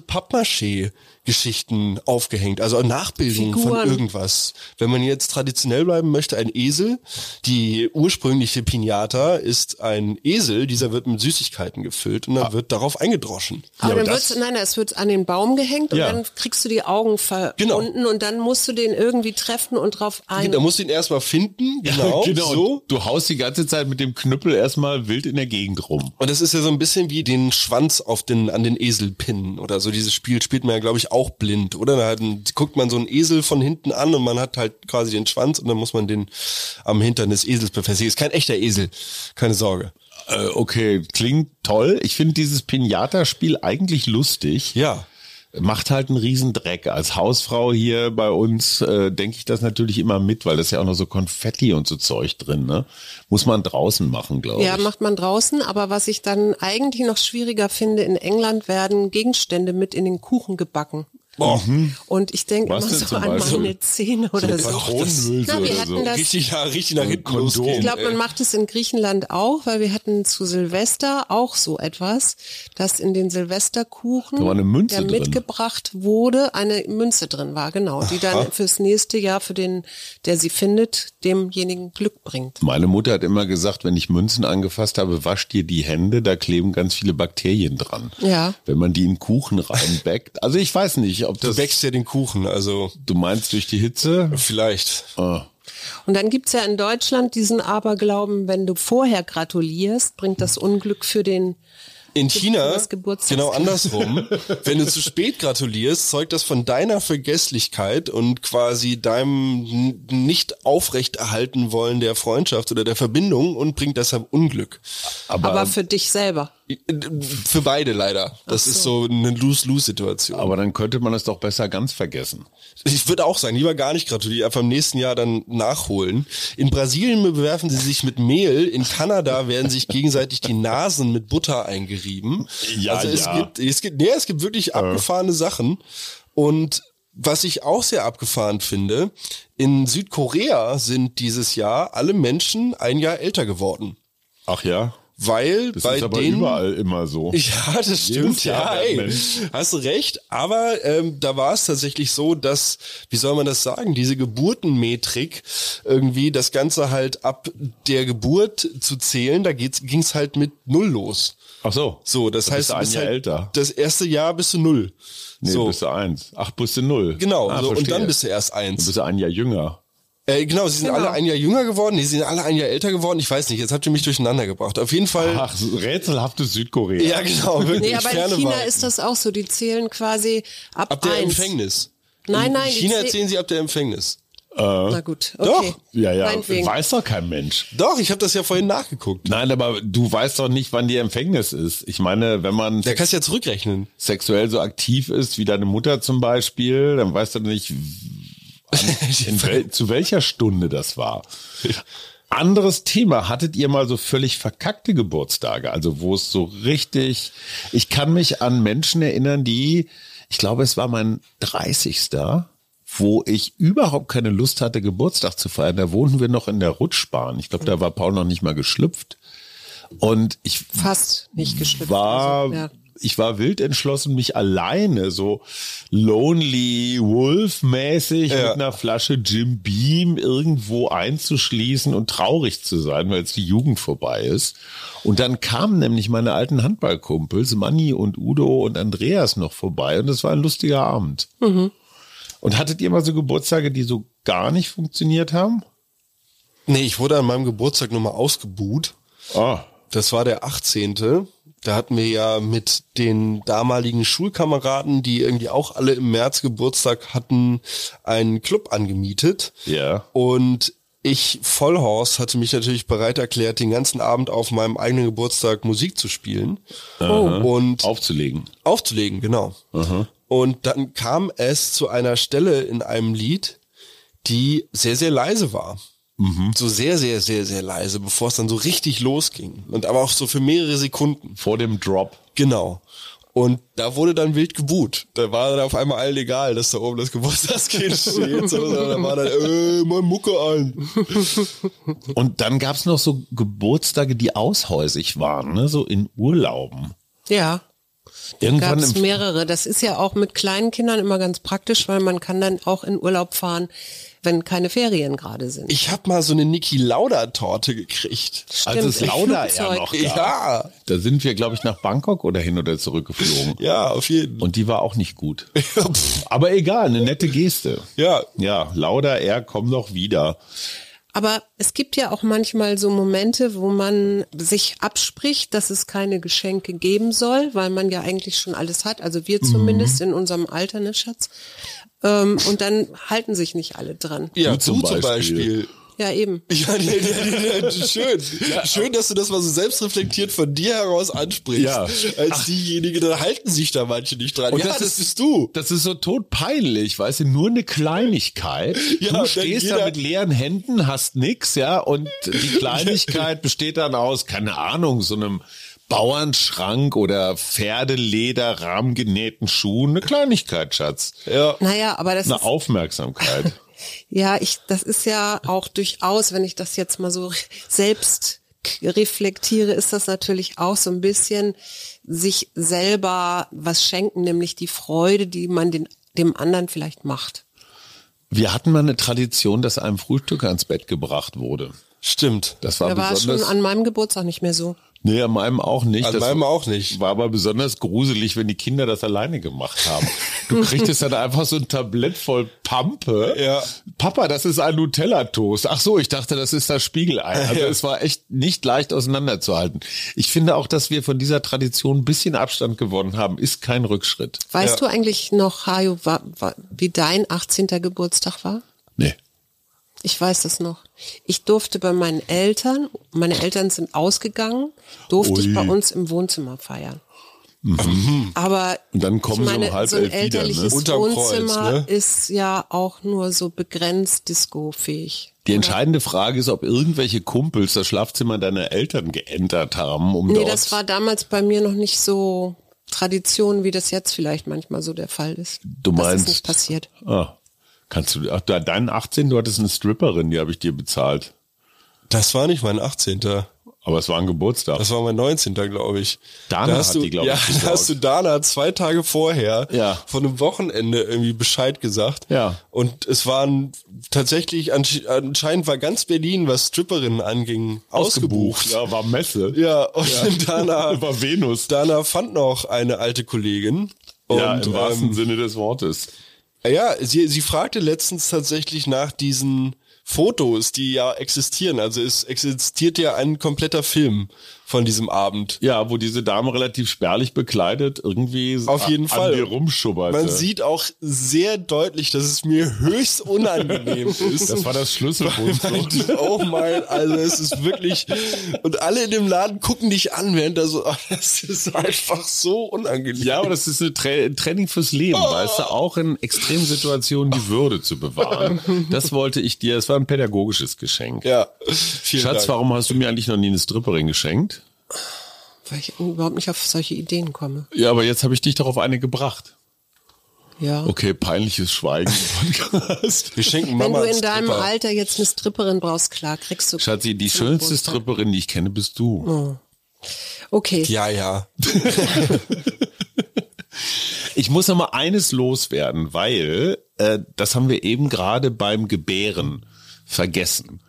Speaker 2: Pappmaché-Geschichten aufgehängt, also Nachbildungen von
Speaker 3: Figuren.
Speaker 2: irgendwas. Wenn man jetzt traditionell bleiben möchte, ein Esel. Die ursprüngliche Pinata ist ein Esel, dieser wird mit Süßigkeiten gefüllt und dann wird darauf eingedroschen.
Speaker 3: Aber
Speaker 1: aber
Speaker 3: dann
Speaker 1: das-
Speaker 3: wird's, nein, nein, es wird an den Baum gehängt
Speaker 1: Ja. Genau.
Speaker 3: und dann kriegst du die Augen verbunden und dann musst du den irgendwie treffen und drauf ein.
Speaker 2: Da musst du ihn erstmal finden, genau,
Speaker 1: (laughs)
Speaker 2: so.
Speaker 1: Du haust die ganze Zeit mit dem Knüppel erstmal wild in der Gegend rum.
Speaker 2: Und das ist ja so ein bisschen wie den Schwanz auf den, an den Esel pinnen oder so. Dieses Spiel spielt man ja, glaube ich, auch blind, oder? Da hat, guckt man so einen Esel von hinten an und man hat halt quasi den Schwanz und dann muss man den am Hintern des Esels befestigen. Ist kein echter Esel. Keine Sorge.
Speaker 1: Äh, okay, klingt toll. Ich finde dieses Pinata-Spiel eigentlich lustig.
Speaker 2: Ja.
Speaker 1: Macht halt einen Riesendreck. Als Hausfrau hier bei uns äh, denke ich das natürlich immer mit, weil das ist ja auch noch so Konfetti und so Zeug drin. Ne? Muss man draußen machen, glaube
Speaker 3: ja,
Speaker 1: ich.
Speaker 3: macht man draußen, aber was ich dann eigentlich noch schwieriger finde, in England werden Gegenstände mit in den Kuchen gebacken. Und ich denke immer
Speaker 1: Was denn
Speaker 3: so
Speaker 1: zum
Speaker 3: an
Speaker 1: Beispiel?
Speaker 3: meine Zähne oder so.
Speaker 1: Patronenhülse
Speaker 3: Na, wir
Speaker 1: oder
Speaker 3: hatten
Speaker 1: so.
Speaker 3: das
Speaker 2: Richtig, ja, richtig nach hinten
Speaker 1: Kondom.
Speaker 2: losgehen.
Speaker 3: Ich glaube, man macht es in Griechenland auch, weil wir hatten zu Silvester auch so etwas, dass in den Silvesterkuchen,
Speaker 1: Da war eine Münze
Speaker 3: der
Speaker 1: drin.
Speaker 3: mitgebracht wurde, eine Münze drin war, genau, die dann fürs nächste Jahr für den, der sie findet, demjenigen Glück bringt.
Speaker 1: Meine Mutter hat immer gesagt, wenn ich Münzen angefasst habe, wasch dir die Hände, da kleben ganz viele Bakterien dran.
Speaker 3: Ja.
Speaker 1: Wenn man die in Kuchen reinbeckt. Also ich weiß nicht, ob
Speaker 2: Du
Speaker 1: das...
Speaker 2: wächst ja den Kuchen, also
Speaker 1: Du meinst durch die Hitze?
Speaker 2: vielleicht.
Speaker 1: Ah,
Speaker 3: Und dann gibt's ja in Deutschland diesen Aberglauben, wenn du vorher gratulierst, bringt das Unglück für den
Speaker 2: In China,
Speaker 3: das Geburtstagskind.
Speaker 2: genau andersrum, wenn du zu spät gratulierst, zeugt das von deiner Vergesslichkeit und quasi deinem n- nicht aufrechterhalten wollen der Freundschaft oder der Verbindung und bringt deshalb Unglück.
Speaker 1: aber,
Speaker 3: aber
Speaker 1: aber,
Speaker 3: für dich selber.
Speaker 2: Für beide leider. Das ist so eine Lose-Lose-Situation.
Speaker 1: dann könnte man es doch besser ganz vergessen.
Speaker 2: Ich würde auch sagen, lieber gar nicht gratulieren, einfach im nächsten Jahr dann nachholen. In Brasilien bewerfen sie sich mit Mehl, in Kanada werden sich gegenseitig die Nasen mit Butter eingerieben.
Speaker 1: Ja,
Speaker 2: also es
Speaker 1: ja.
Speaker 2: gibt, es gibt, nee, es gibt wirklich abgefahrene Sachen. Und was ich auch sehr abgefahren finde, in Südkorea sind dieses Jahr alle Menschen ein Jahr älter geworden.
Speaker 1: Ach ja,
Speaker 2: Weil
Speaker 1: das
Speaker 2: bei
Speaker 1: ist aber
Speaker 2: denen
Speaker 1: überall immer so.
Speaker 2: (laughs) ja, das
Speaker 1: Jedes
Speaker 2: stimmt.
Speaker 1: Jahr
Speaker 2: Ja,
Speaker 1: werden
Speaker 2: ey.
Speaker 1: Menschen.
Speaker 2: Hast du recht. Aber ähm, da war es tatsächlich so, dass, wie soll man das sagen, diese Geburtenmetrik, irgendwie das Ganze halt ab der Geburt zu zählen, da ging es halt mit null los.
Speaker 1: Ach so.
Speaker 2: So, das
Speaker 1: Da
Speaker 2: heißt,
Speaker 1: bist du
Speaker 2: du
Speaker 1: ein
Speaker 2: bist
Speaker 1: Jahr
Speaker 2: halt
Speaker 1: älter.
Speaker 2: das erste Jahr bist du null.
Speaker 1: Nee,
Speaker 2: so,
Speaker 1: bist du eins. Ach, bist du null.
Speaker 2: genau.
Speaker 1: Ah,
Speaker 2: so, und
Speaker 1: verstehe.
Speaker 2: dann bist du erst eins.
Speaker 1: Bist du ein Jahr jünger.
Speaker 2: Äh, genau, sie sind alle ein Jahr jünger geworden, nee, sie sind alle ein Jahr älter geworden. Ich weiß nicht, jetzt habt ihr mich durcheinander gebracht. Auf jeden Fall.
Speaker 1: Ach, so rätselhaftes Südkorea.
Speaker 2: Äh, Ja, genau. Wirklich.
Speaker 3: Nee, aber in
Speaker 2: Ferne
Speaker 3: China
Speaker 2: Weiten.
Speaker 3: ist das auch so. Die zählen quasi ab,
Speaker 2: Ab der
Speaker 3: eins.
Speaker 2: Empfängnis.
Speaker 3: Nein, nein,
Speaker 2: In
Speaker 3: die
Speaker 2: China
Speaker 3: zäh-
Speaker 2: erzählen sie ab der Empfängnis.
Speaker 3: Na gut, okay.
Speaker 2: Doch.
Speaker 1: Ja, ja,
Speaker 3: Meinetwegen.
Speaker 1: weiß doch kein Mensch.
Speaker 2: Doch, ich habe das ja vorhin nachgeguckt.
Speaker 1: Nein, aber du weißt doch nicht, wann die Empfängnis ist. Ich meine, wenn man
Speaker 2: Da kannst du ja zurückrechnen.
Speaker 1: sexuell so aktiv ist wie deine Mutter zum Beispiel, dann weißt du nicht, Also,
Speaker 2: (laughs)
Speaker 1: in wel zu welcher Stunde das war. Anderes Thema, hattet ihr mal so völlig verkackte Geburtstage? Also wo es so richtig, ich kann mich an Menschen erinnern, die, ich glaube, es war mein 30. wo ich überhaupt keine Lust hatte, Geburtstag zu feiern. Da wohnten wir noch in der Rutschbahn. Ich glaube, da war Paul noch nicht mal geschlüpft. Und ich
Speaker 3: Fast nicht geschlüpft.
Speaker 1: war,
Speaker 3: also, ja.
Speaker 1: ich war wild entschlossen, mich alleine so Lonely Wolf mäßig mit einer Flasche Jim Beam irgendwo einzuschließen und traurig zu sein, weil jetzt die Jugend vorbei ist. Und dann kamen nämlich meine alten Handballkumpels Manni und Udo und Andreas noch vorbei und es war ein lustiger Abend. Und hattet ihr mal so Geburtstage, die so gar nicht funktioniert haben?
Speaker 2: Nee, ich wurde an meinem Geburtstag nochmal ausgebuht.
Speaker 1: Ah,
Speaker 2: Das war der 18. Da hatten wir ja mit den damaligen Schulkameraden, die irgendwie auch alle im März Geburtstag hatten, einen Club angemietet.
Speaker 1: Ja.
Speaker 2: Und ich, Vollhorst, hatte mich natürlich bereit erklärt, den ganzen Abend auf meinem eigenen Geburtstag Musik zu spielen. Und
Speaker 1: aufzulegen.
Speaker 2: aufzulegen, genau. Und dann kam es zu einer Stelle in einem Lied, die sehr, sehr leise war. So sehr, sehr, sehr, sehr leise, bevor es dann so richtig losging. Und aber auch so für mehrere Sekunden.
Speaker 1: Vor dem Drop.
Speaker 2: Genau. Und da wurde dann wild gebuht. Da war dann auf einmal allen egal, dass da oben das Geburtstagskind steht, sondern da war dann, äh, mein Mucke an.
Speaker 1: Und dann gab's noch so Geburtstage, die aushäusig waren, ne? so in Urlauben.
Speaker 3: ja.
Speaker 1: Irgendwann
Speaker 3: Gab es
Speaker 1: im,
Speaker 3: mehrere. Das ist ja auch mit kleinen Kindern immer ganz praktisch, weil man kann dann auch in Urlaub fahren, wenn keine Ferien gerade sind.
Speaker 2: Ich hab mal so eine Niki Lauda-Torte gekriegt.
Speaker 1: als also es
Speaker 3: Stimmt, im
Speaker 1: Lauda ja
Speaker 3: Flugzeug.
Speaker 1: noch gab.
Speaker 2: Ja.
Speaker 1: Da sind wir, glaube ich, nach Bangkok oder hin oder zurück geflogen.
Speaker 2: Ja, auf jeden
Speaker 1: Und die war auch nicht gut. Aber egal, eine nette Geste.
Speaker 2: (laughs) Ja.
Speaker 1: Ja, Lauda, er, komm doch wieder.
Speaker 3: Aber es gibt ja auch manchmal so Momente, wo man sich abspricht, dass es keine Geschenke geben soll, weil man ja eigentlich schon alles hat. Also
Speaker 1: Mhm.
Speaker 3: wir zumindest in unserem Alter, ne Schatz? Ähm, und dann halten sich nicht alle dran.
Speaker 2: Ja,
Speaker 1: Du zum Beispiel.
Speaker 3: Ja, eben.
Speaker 2: (laughs) Ja, ja, ja, ja, schön. Schön, dass du das mal so selbstreflektiert von dir heraus ansprichst.
Speaker 1: Ja.
Speaker 2: Als diejenige, da halten sich da manche nicht dran.
Speaker 1: Und
Speaker 2: ja,
Speaker 1: das
Speaker 2: das,
Speaker 1: ist-
Speaker 2: bist du.
Speaker 1: Das ist so todpeinlich, weißt du, nur eine Kleinigkeit.
Speaker 2: (laughs) Ja,
Speaker 1: du
Speaker 2: dann
Speaker 1: stehst da
Speaker 2: jeder-
Speaker 1: mit leeren Händen, hast nix, ja, und
Speaker 2: (laughs)
Speaker 1: die Kleinigkeit besteht dann aus, keine Ahnung, so einem Bauernschrank oder Pferdeleder, rahmgenähten Schuhen, eine Kleinigkeit, Schatz.
Speaker 2: Ja.
Speaker 3: Naja, aber das
Speaker 1: Eine
Speaker 3: ist,
Speaker 1: Aufmerksamkeit. (laughs)
Speaker 3: ja, ich, das ist ja auch durchaus, wenn ich das jetzt mal so selbst k- reflektiere, ist das natürlich auch so ein bisschen sich selber was schenken, nämlich die Freude, die man den, dem anderen vielleicht macht.
Speaker 1: Wir hatten mal eine Tradition, dass einem Frühstück ans Bett gebracht wurde.
Speaker 2: Stimmt.
Speaker 1: Das war
Speaker 3: Da war es schon
Speaker 1: besonders.
Speaker 3: an meinem Geburtstag nicht mehr so.
Speaker 1: nee, an meinem auch nicht.
Speaker 2: An
Speaker 1: Das-
Speaker 2: meinem auch nicht.
Speaker 1: War aber besonders gruselig, wenn die Kinder das alleine gemacht haben. Du kriegtest dann einfach so ein Tablett voll Pampe.
Speaker 2: Ja.
Speaker 1: Papa, das ist ein Nutella-Toast. Ach so, ich dachte, das ist das Spiegelei. Also es war echt nicht leicht auseinanderzuhalten. Ich finde auch, dass wir von dieser Tradition ein bisschen Abstand gewonnen haben, ist kein Rückschritt.
Speaker 3: Weißt
Speaker 2: Ja.
Speaker 3: du eigentlich noch, Hajo, wa- wa- wie dein 18. Geburtstag war?
Speaker 1: Nee.
Speaker 3: Ich weiß das noch. Ich durfte bei meinen Eltern, meine Eltern sind ausgegangen, durfte ich
Speaker 1: Ui. Mhm.
Speaker 3: bei uns im Wohnzimmer feiern. Aber
Speaker 1: Und dann kommen
Speaker 3: ich
Speaker 1: sie um
Speaker 3: meine,
Speaker 1: halb
Speaker 3: so ein
Speaker 1: elf wieder, ne?
Speaker 3: elterliches
Speaker 2: Unterm Kreuz,
Speaker 3: Wohnzimmer
Speaker 2: ne?
Speaker 3: ist ja auch nur so begrenzt discofähig.
Speaker 1: Die entscheidende Frage ist, ob irgendwelche Kumpels das Schlafzimmer deiner Eltern geändert haben, um
Speaker 3: Nee,
Speaker 1: dort
Speaker 3: das war damals bei mir noch nicht so Tradition, wie das jetzt vielleicht manchmal so der Fall ist.
Speaker 1: Du
Speaker 3: Das
Speaker 1: meinst-
Speaker 3: ist nicht passiert.
Speaker 1: Ah, kannst du, ach, da- deinen 18, du hattest eine Stripperin, die habe ich dir bezahlt.
Speaker 2: Das war nicht mein 18.
Speaker 1: Aber es war ein Geburtstag.
Speaker 2: Das war mein 19. glaube ich.
Speaker 1: Dana
Speaker 2: da hast
Speaker 1: hat
Speaker 2: du,
Speaker 1: die, glaub ich,
Speaker 2: ja,
Speaker 1: gesorgt.
Speaker 2: da hast du Dana zwei Tage vorher
Speaker 1: Ja.
Speaker 2: von einem Wochenende irgendwie Bescheid gesagt.
Speaker 1: Ja.
Speaker 2: Und es waren tatsächlich, ansche- anscheinend war ganz Berlin, was Stripperinnen anging, ausgebucht.
Speaker 1: Ja, war Messe.
Speaker 2: (laughs) Ja, und
Speaker 1: (laughs)
Speaker 2: Dana,
Speaker 1: War Venus.
Speaker 2: Dana fand noch eine alte Kollegin. Und,
Speaker 1: ja, im
Speaker 2: ähm,
Speaker 1: wahrsten Sinne des Wortes.
Speaker 2: ja, sie, sie fragte letztens tatsächlich nach diesen Fotos, die ja existieren. Also es existiert ja ein kompletter Film von diesem Abend.
Speaker 1: Ja, wo diese Dame relativ spärlich bekleidet irgendwie
Speaker 2: Auf jeden
Speaker 1: an
Speaker 2: Fall.
Speaker 1: dir rumschubbert.
Speaker 2: Man sieht auch sehr deutlich, dass es mir höchst unangenehm
Speaker 1: (laughs)
Speaker 2: ist.
Speaker 1: das war das
Speaker 2: (laughs) Weil
Speaker 1: Schlüsselbund.
Speaker 2: die auch mal, also es ist wirklich, und alle in dem Laden gucken dich an, während da so, (laughs) das ist einfach so unangenehm.
Speaker 1: Ja, aber das ist eine Tra ein Training fürs Leben,
Speaker 2: Oh.
Speaker 1: weißt du, auch in Extremsituationen die Würde zu bewahren.
Speaker 2: (laughs)
Speaker 1: Das wollte ich dir, es war ein pädagogisches Geschenk.
Speaker 2: ja. Vielen
Speaker 1: Schatz,
Speaker 2: Dank.
Speaker 1: warum hast du mir eigentlich noch nie eine Stripperin geschenkt?
Speaker 3: weil ich überhaupt nicht auf solche Ideen komme.
Speaker 1: Ja, aber jetzt habe ich dich darauf eine gebracht.
Speaker 3: Ja.
Speaker 1: Okay, peinliches
Speaker 2: (laughs)
Speaker 1: Schweigen.
Speaker 2: Wir schenken
Speaker 3: Wenn
Speaker 2: Mama
Speaker 3: du
Speaker 2: einen
Speaker 3: in deinem
Speaker 2: Stripper.
Speaker 3: Alter jetzt eine Stripperin brauchst, klar, kriegst du.
Speaker 1: Schatzi, die
Speaker 3: zum
Speaker 1: schönste
Speaker 3: Geburtstag.
Speaker 1: Stripperin, die ich kenne, bist du.
Speaker 3: Okay.
Speaker 2: Ja, ja.
Speaker 1: Ich muss noch mal eines loswerden, weil äh, das haben wir eben gerade beim Gebären vergessen.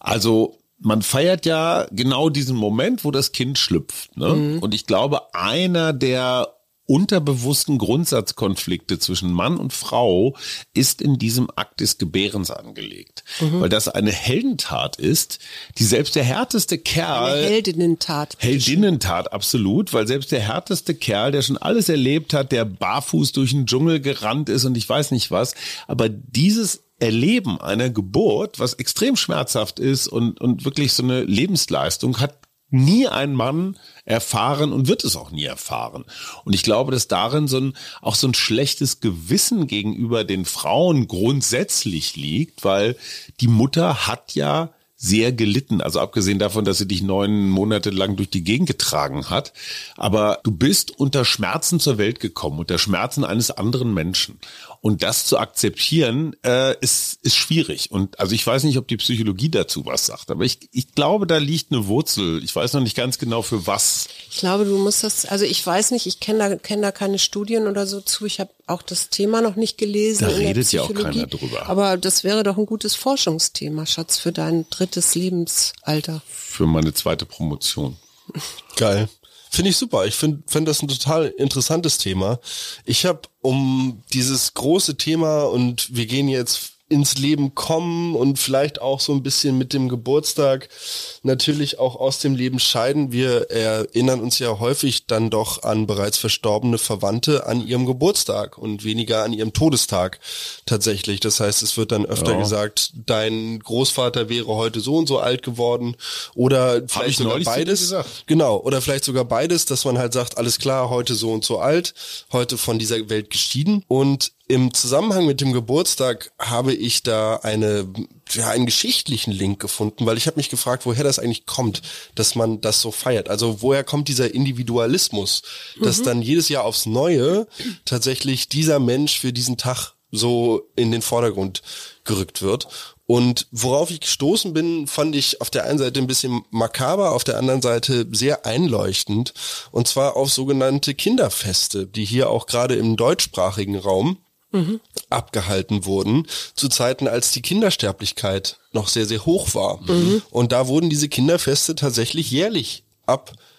Speaker 1: Also man feiert ja genau diesen Moment, wo das Kind schlüpft. Ne?
Speaker 3: Mhm.
Speaker 1: Und ich glaube, einer der unterbewussten Grundsatzkonflikte zwischen Mann und Frau ist in diesem Akt des Gebärens angelegt.
Speaker 3: Mhm.
Speaker 1: Weil das eine Heldentat ist, die selbst der härteste Kerl
Speaker 3: Eine Heldinnentat.
Speaker 1: Heldinnentat, absolut, weil selbst der härteste Kerl, der schon alles erlebt hat, der barfuß durch den Dschungel gerannt ist und ich weiß nicht was, aber dieses Erleben einer Geburt, was extrem schmerzhaft ist und, und wirklich so eine Lebensleistung, hat nie ein Mann erfahren und wird es auch nie erfahren. Und ich glaube, dass darin so ein, auch so ein schlechtes Gewissen gegenüber den Frauen grundsätzlich liegt, weil die Mutter hat ja sehr gelitten. Also abgesehen davon, dass sie dich neun Monate lang durch die Gegend getragen hat. Aber du bist unter Schmerzen zur Welt gekommen, unter Schmerzen eines anderen Menschen. Und das zu akzeptieren, äh, ist, ist schwierig. Und also ich weiß nicht, ob die Psychologie dazu was sagt, aber ich, ich glaube, da liegt eine Wurzel. Ich weiß noch nicht ganz genau für was.
Speaker 3: Ich glaube, du musst das, also ich weiß nicht, ich kenne da, kenn da keine Studien oder so zu. Ich habe auch das Thema noch nicht gelesen.
Speaker 1: Da
Speaker 3: in der
Speaker 1: redet ja auch
Speaker 3: Psychologie.
Speaker 1: keiner drüber.
Speaker 3: Aber das wäre doch ein gutes Forschungsthema, Schatz, für dein drittes Lebensalter.
Speaker 1: Für meine zweite Promotion.
Speaker 2: Geil. Finde ich super. Ich finde find das ein total interessantes Thema. Ich habe um dieses große Thema und wir gehen jetzt ins Leben kommen und vielleicht auch so ein bisschen mit dem Geburtstag natürlich auch aus dem Leben scheiden. Wir erinnern uns ja häufig dann doch an bereits verstorbene Verwandte an ihrem Geburtstag und weniger an ihrem Todestag tatsächlich. Das heißt, es wird dann öfter
Speaker 1: Ja.
Speaker 2: gesagt, dein Großvater wäre heute so und so alt geworden oder vielleicht
Speaker 1: ich
Speaker 2: sogar
Speaker 1: neulich zu dir
Speaker 2: beides.
Speaker 1: gesagt.
Speaker 2: Genau, oder vielleicht sogar beides, dass man halt sagt, alles klar, heute so und so alt, heute von dieser Welt geschieden. Und im Zusammenhang mit dem Geburtstag habe ich da eine, ja, einen geschichtlichen Link gefunden, weil ich habe mich gefragt, woher das eigentlich kommt, dass man das so feiert. Also woher kommt dieser Individualismus, dass dann jedes Jahr aufs Neue tatsächlich dieser Mensch für diesen Tag so in den Vordergrund gerückt wird. Und worauf ich gestoßen bin, fand ich auf der einen Seite ein bisschen makaber, auf der anderen Seite sehr einleuchtend. Und zwar auf sogenannte Kinderfeste, die hier auch gerade im deutschsprachigen Raum abgehalten wurden, zu Zeiten, als die Kindersterblichkeit noch sehr, sehr hoch war. Und da wurden diese Kinderfeste tatsächlich jährlich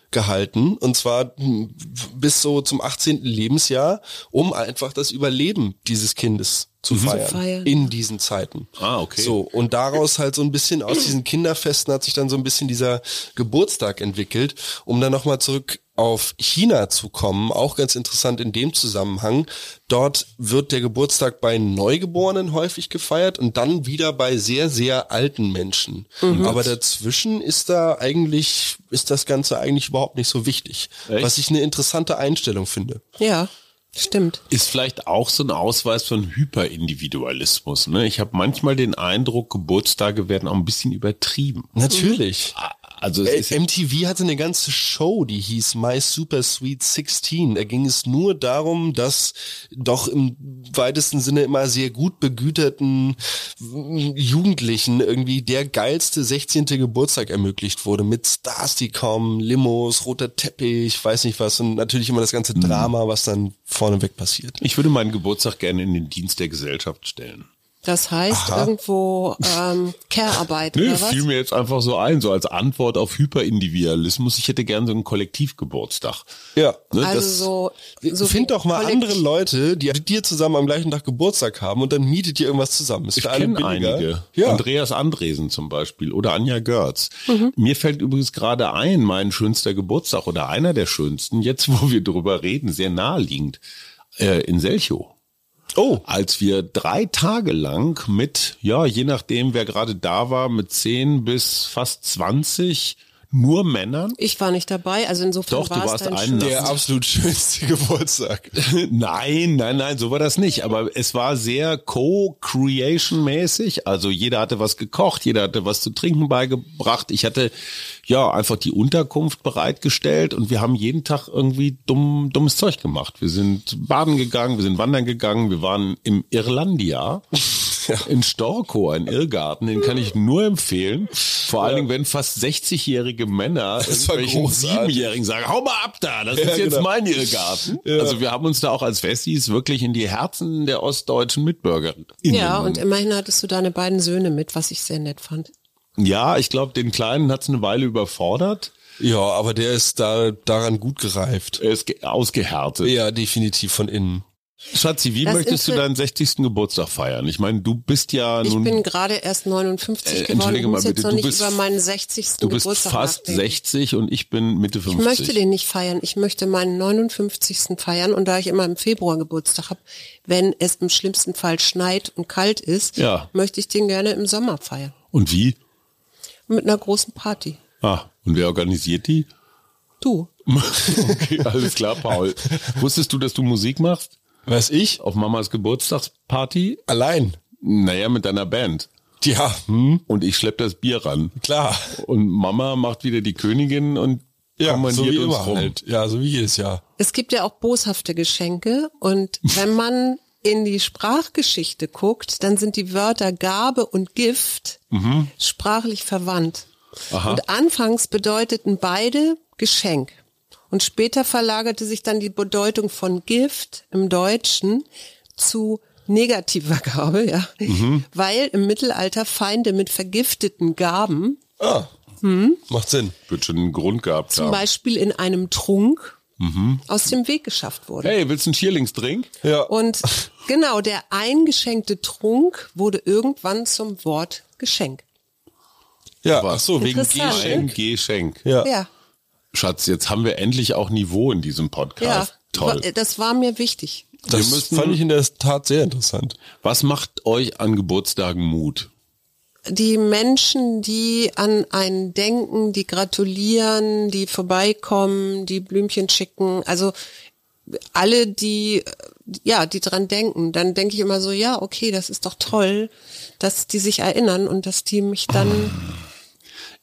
Speaker 2: abgehalten, und zwar hm, bis so zum 18. Lebensjahr, um einfach das Überleben dieses Kindes zu feiern,
Speaker 3: feiern.
Speaker 2: in diesen Zeiten.
Speaker 1: Ah, okay.
Speaker 2: So, und daraus halt so ein bisschen aus diesen Kinderfesten hat sich dann so ein bisschen dieser Geburtstag entwickelt, um dann nochmal zurück auf China zu kommen. Auch ganz interessant in dem Zusammenhang. Dort wird der Geburtstag bei Neugeborenen häufig gefeiert und dann wieder bei sehr, sehr alten Menschen. Aber dazwischen ist da eigentlich, ist das Ganze eigentlich überhaupt nicht so wichtig.
Speaker 1: Echt?
Speaker 2: Was ich eine interessante Einstellung finde.
Speaker 3: Ja, stimmt.
Speaker 1: ist vielleicht auch so ein Ausweis von Hyperindividualismus. Ne? Ich habe manchmal den Eindruck, Geburtstage werden auch ein bisschen übertrieben.
Speaker 2: Natürlich.
Speaker 1: Also es
Speaker 2: Äh,
Speaker 1: ist
Speaker 2: MTV hatte eine ganze Show, die hieß My Super Sweet 16. Da ging es nur darum, dass doch im weitesten Sinne immer sehr gut begüterten mm, Jugendlichen irgendwie der geilste 16. Geburtstag ermöglicht wurde. Mit Stars, die kommen, Limos, roter Teppich, weiß nicht was. Und natürlich immer das ganze
Speaker 1: Hm.
Speaker 2: Drama, was dann vorneweg passiert.
Speaker 1: ich würde meinen Geburtstag gerne in den Dienst der Gesellschaft stellen.
Speaker 3: Das heißt
Speaker 2: Aha.
Speaker 3: irgendwo ähm, Care-Arbeit
Speaker 1: Nö,
Speaker 3: oder was?
Speaker 1: fiel mir jetzt einfach so ein, so als Antwort auf Hyperindividualismus. Ich hätte gern so einen Kollektivgeburtstag.
Speaker 2: Ja.
Speaker 1: Ne, das-
Speaker 3: Also so, so
Speaker 2: Find doch mal
Speaker 3: kollektiv-
Speaker 2: andere Leute, die halt mit dir zusammen am gleichen Tag Geburtstag haben und dann mietet ihr irgendwas zusammen. Ist
Speaker 1: Ich
Speaker 2: für alle
Speaker 1: kenne
Speaker 2: billiger.
Speaker 1: einige.
Speaker 2: Ja. Mhm.
Speaker 1: Andreas Andresen zum Beispiel oder Anja Görz. Mir fällt übrigens gerade ein, mein schönster Geburtstag oder einer der schönsten, jetzt wo wir drüber reden, sehr naheliegend, äh, in Selchow.
Speaker 2: Oh,
Speaker 1: Als wir drei Tage lang mit, ja, je nachdem, wer gerade da war, mit 10 bis fast 20 nur Männern.
Speaker 3: Ich war nicht dabei, also insofern
Speaker 1: Doch, du
Speaker 3: war es
Speaker 1: warst
Speaker 3: dann
Speaker 1: einen
Speaker 3: schön.
Speaker 1: Nacht.
Speaker 2: der absolut (laughs) schönste Geburtstag.
Speaker 1: (laughs) nein, nein, nein, so war das nicht. Aber es war sehr Co-Creation-mäßig. Also jeder hatte was gekocht, jeder hatte was zu trinken beigebracht. Ich hatte ja einfach die Unterkunft bereitgestellt und wir haben jeden Tag irgendwie dumm, dummes Zeug gemacht. Wir sind baden gegangen, wir sind wandern gegangen, wir waren im
Speaker 2: (laughs)
Speaker 1: Irlandia. In Storkow, ein Irrgarten, den kann ich nur empfehlen. Vor allen Dingen, wenn fast 60-jährige Männer
Speaker 2: Das war
Speaker 1: irgendwelchen
Speaker 2: großartig.
Speaker 1: Siebenjährigen sagen, hau mal ab da, das
Speaker 2: Ja,
Speaker 1: ist jetzt
Speaker 2: genau.
Speaker 1: mein Irrgarten. Also wir haben uns da auch als Wessis wirklich in die Herzen der ostdeutschen Mitbürger.
Speaker 3: Ja, und immerhin hattest du deine beiden Söhne mit, was ich sehr nett fand.
Speaker 1: ja, ich glaube, den Kleinen hat's eine Weile überfordert.
Speaker 2: Ja, aber der ist da daran gut gereift.
Speaker 1: Er ist ge- ausgehärtet.
Speaker 2: Ja, definitiv von innen.
Speaker 1: Schatzi, wie
Speaker 3: Das ist
Speaker 1: möchtest du
Speaker 3: für-
Speaker 1: deinen 60. Geburtstag feiern? Ich meine, du bist ja
Speaker 3: Ich
Speaker 1: nun,
Speaker 3: bin gerade erst 59
Speaker 1: Äh,
Speaker 3: geworden.
Speaker 1: entschuldige
Speaker 3: ich
Speaker 1: mal
Speaker 3: muss
Speaker 1: bitte,
Speaker 3: jetzt noch
Speaker 1: du
Speaker 3: nicht
Speaker 1: bist-
Speaker 3: über meinen 60.
Speaker 1: du bist
Speaker 3: Geburtstag
Speaker 1: fast
Speaker 3: nachdenken.
Speaker 1: 60 und ich bin Mitte 50.
Speaker 3: Ich möchte den nicht feiern. Ich möchte meinen 59. feiern. Und da ich immer im Februar Geburtstag habe, wenn es im schlimmsten Fall schneit und kalt ist,
Speaker 1: Ja.
Speaker 3: möchte ich den gerne im Sommer feiern.
Speaker 1: und wie?
Speaker 3: Mit einer großen Party.
Speaker 1: Ah, und wer organisiert die? (laughs)
Speaker 3: Du.
Speaker 1: okay, alles klar, Paul. Wusstest du, dass du Musik machst?
Speaker 2: Was ich?
Speaker 1: Auf Mamas Geburtstagsparty?
Speaker 2: Allein.
Speaker 1: Naja, mit deiner Band.
Speaker 2: Ja, hm,
Speaker 1: Und ich schlepp das Bier ran.
Speaker 2: klar.
Speaker 1: Und Mama macht wieder die Königin und
Speaker 2: Ja, so
Speaker 1: kommandiert
Speaker 2: wie
Speaker 1: uns
Speaker 2: immer
Speaker 1: rum.
Speaker 2: halt. Ja, so wie jedes Jahr.
Speaker 3: Es gibt ja auch boshafte Geschenke. Und wenn man in die Sprachgeschichte guckt, dann sind die Wörter Gabe und Gift sprachlich verwandt. Und anfangs bedeuteten beide Geschenk. Und später verlagerte sich dann die Bedeutung von Gift im Deutschen zu negativer Gabe, ja. Weil im Mittelalter Feinde mit vergifteten Gaben,
Speaker 2: Ah, macht Sinn.
Speaker 1: Wird schon einen Grund gehabt
Speaker 3: zum
Speaker 1: haben.
Speaker 3: Beispiel in einem Trunk, aus dem Weg geschafft wurden.
Speaker 1: Hey, willst du einen Schierlingsdrink?
Speaker 2: Ja.
Speaker 3: Und genau, der eingeschenkte Trunk wurde irgendwann zum Wort Geschenk.
Speaker 2: ja, ach so, wegen
Speaker 3: Interessant.
Speaker 2: Geschenk.
Speaker 1: Geschenk, Geschenk.
Speaker 2: Ja.
Speaker 3: Ja,
Speaker 1: Schatz, jetzt haben wir endlich auch Niveau in diesem
Speaker 3: ja.
Speaker 1: Podcast. Toll.
Speaker 3: Wa- Das war mir wichtig.
Speaker 2: Das
Speaker 1: müssen-
Speaker 2: fand ich in der Tat sehr interessant.
Speaker 1: Was macht euch an Geburtstagen Mut?
Speaker 3: Die Menschen, die an einen denken, die gratulieren, die vorbeikommen, die Blümchen schicken, also alle, die, äh, ja, die dran denken, dann denke ich immer so, ja, okay, das ist doch toll, dass die sich erinnern und dass die mich dann,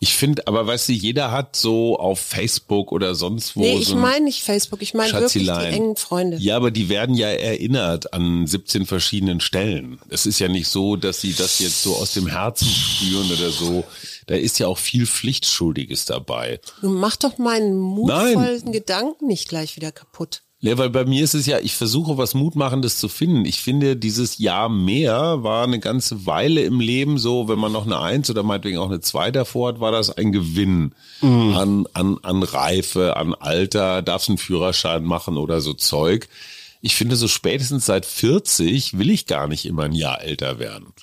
Speaker 1: Ich finde, aber weißt du, jeder hat so auf Facebook oder sonst wo
Speaker 3: nee, ich
Speaker 1: so ein-
Speaker 3: meine nicht Facebook, ich meine wirklich die
Speaker 1: Schatzilein.
Speaker 3: engen Freunde.
Speaker 1: Ja, aber die werden ja erinnert an 17 verschiedenen Stellen. Es ist ja nicht so, dass sie das jetzt so aus dem Herzen spüren oder so. Da ist ja auch viel Pflichtschuldiges dabei.
Speaker 3: Nun mach doch meinen
Speaker 1: Nein.
Speaker 3: mutvollen Gedanken nicht gleich wieder kaputt.
Speaker 1: Ja, Ne, weil bei mir ist es ja, ich versuche was Mutmachendes zu finden. Ich finde, dieses Jahr mehr war eine ganze Weile im Leben so, wenn man noch eine Eins oder meinetwegen auch eine Zwei davor hat, war das ein Gewinn
Speaker 3: Mhm.
Speaker 1: an, an, an Reife, an Alter, darfst einen Führerschein machen oder so Zeug. Ich finde, so spätestens seit 40 will ich gar nicht immer ein Jahr älter werden.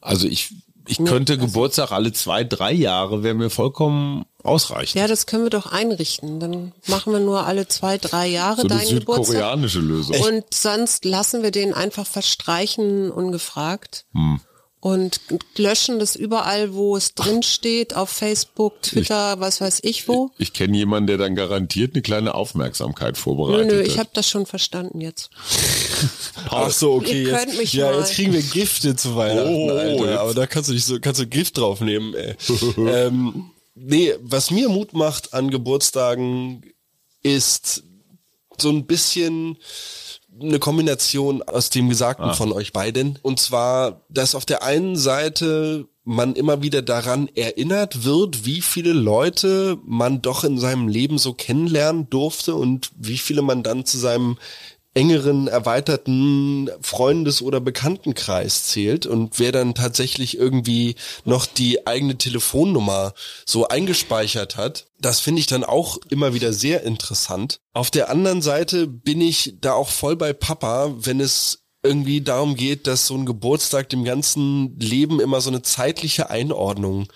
Speaker 1: Also ich, ich könnte
Speaker 3: also
Speaker 1: Geburtstag alle zwei, drei Jahre wäre mir vollkommen ausreichend.
Speaker 3: Ja, das können wir doch einrichten. Dann machen wir nur alle zwei, drei Jahre
Speaker 1: so eine
Speaker 3: deinen Geburtstag.
Speaker 1: südkoreanische Lösung.
Speaker 3: Und sonst lassen wir den einfach verstreichen, ungefragt.
Speaker 2: Hm.
Speaker 3: Und löschen das überall, wo es drin steht, auf Facebook, Twitter, was weiß ich wo.
Speaker 1: Ich kenne jemanden, der dann garantiert eine kleine Aufmerksamkeit
Speaker 3: Nö,
Speaker 1: vorbereitet
Speaker 3: nö, ich
Speaker 1: hat.
Speaker 3: habe das schon verstanden jetzt.
Speaker 2: Ach so, okay.
Speaker 3: Ihr
Speaker 2: jetzt,
Speaker 3: könnt mich
Speaker 2: ja,
Speaker 3: mal.
Speaker 2: jetzt kriegen wir Gifte zu Weihnachten,
Speaker 1: Oh,
Speaker 2: Alter.
Speaker 1: jetzt-
Speaker 2: Aber da kannst du nicht so, kannst du Gift draufnehmen, ey.
Speaker 1: (laughs)
Speaker 2: ähm, nee, was mir Mut macht an Geburtstagen ist so ein bisschen eine Kombination aus dem Gesagten von euch beiden. Und zwar, dass auf der einen Seite man immer wieder daran erinnert wird, wie viele Leute man doch in seinem Leben so kennenlernen durfte und wie viele man dann zu seinem engeren, erweiterten Freundes- oder Bekanntenkreis zählt und wer dann tatsächlich irgendwie noch die eigene Telefonnummer so eingespeichert hat, das finde ich dann auch immer wieder sehr interessant. Auf der anderen Seite bin ich da auch voll bei Papa, wenn es irgendwie darum geht, dass so ein Geburtstag dem ganzen Leben immer so eine zeitliche Einordnung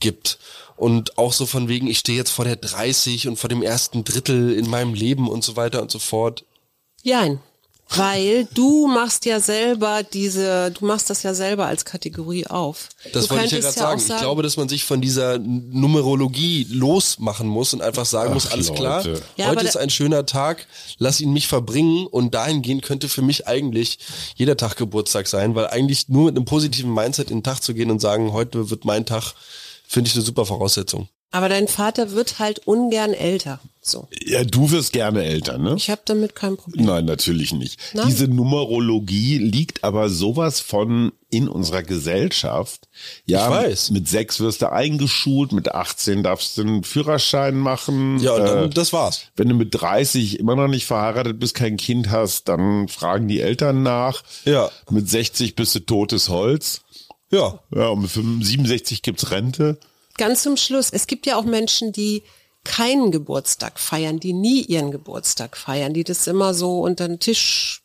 Speaker 2: gibt. Und auch so von wegen, ich stehe jetzt vor der 30 und vor dem ersten Drittel in meinem Leben und so weiter und so fort.
Speaker 3: Jein. Weil du machst ja selber diese, du machst das ja selber als Kategorie auf.
Speaker 2: Das
Speaker 3: du
Speaker 2: wollte ich ja gerade
Speaker 3: könntest
Speaker 2: sagen.
Speaker 3: auch
Speaker 2: Ich glaube, dass man sich von dieser Numerologie losmachen muss und einfach sagen muss, alles klar,
Speaker 1: Leute.
Speaker 3: Ja, aber
Speaker 2: heute
Speaker 3: da-
Speaker 2: ist ein schöner Tag, lass ihn mich verbringen und dahingehend könnte für mich eigentlich jeder Tag Geburtstag sein, weil eigentlich nur mit einem positiven Mindset in den Tag zu gehen und sagen, heute wird mein Tag, finde ich eine super Voraussetzung.
Speaker 3: aber dein Vater wird halt ungern älter. So.
Speaker 1: Ja, du wirst gerne Eltern, ne?
Speaker 3: Ich habe damit kein Problem.
Speaker 1: Nein, natürlich nicht.
Speaker 3: Nein.
Speaker 1: Diese Numerologie liegt aber sowas von in unserer Gesellschaft. Ja,
Speaker 2: Ich weiß.
Speaker 1: mit sechs wirst du eingeschult, mit 18 darfst du einen Führerschein machen.
Speaker 2: Ja, und dann,
Speaker 1: Äh,
Speaker 2: das war's.
Speaker 1: wenn du mit 30 immer noch nicht verheiratet bist, kein Kind hast, dann fragen die Eltern nach.
Speaker 2: Ja.
Speaker 1: Mit 60 bist du totes Holz.
Speaker 2: Ja.
Speaker 1: Ja, und mit 67 gibt's Rente.
Speaker 3: Ganz zum Schluss, es gibt ja auch Menschen, die keinen Geburtstag feiern, die nie ihren Geburtstag feiern, die das immer so unter den Tisch.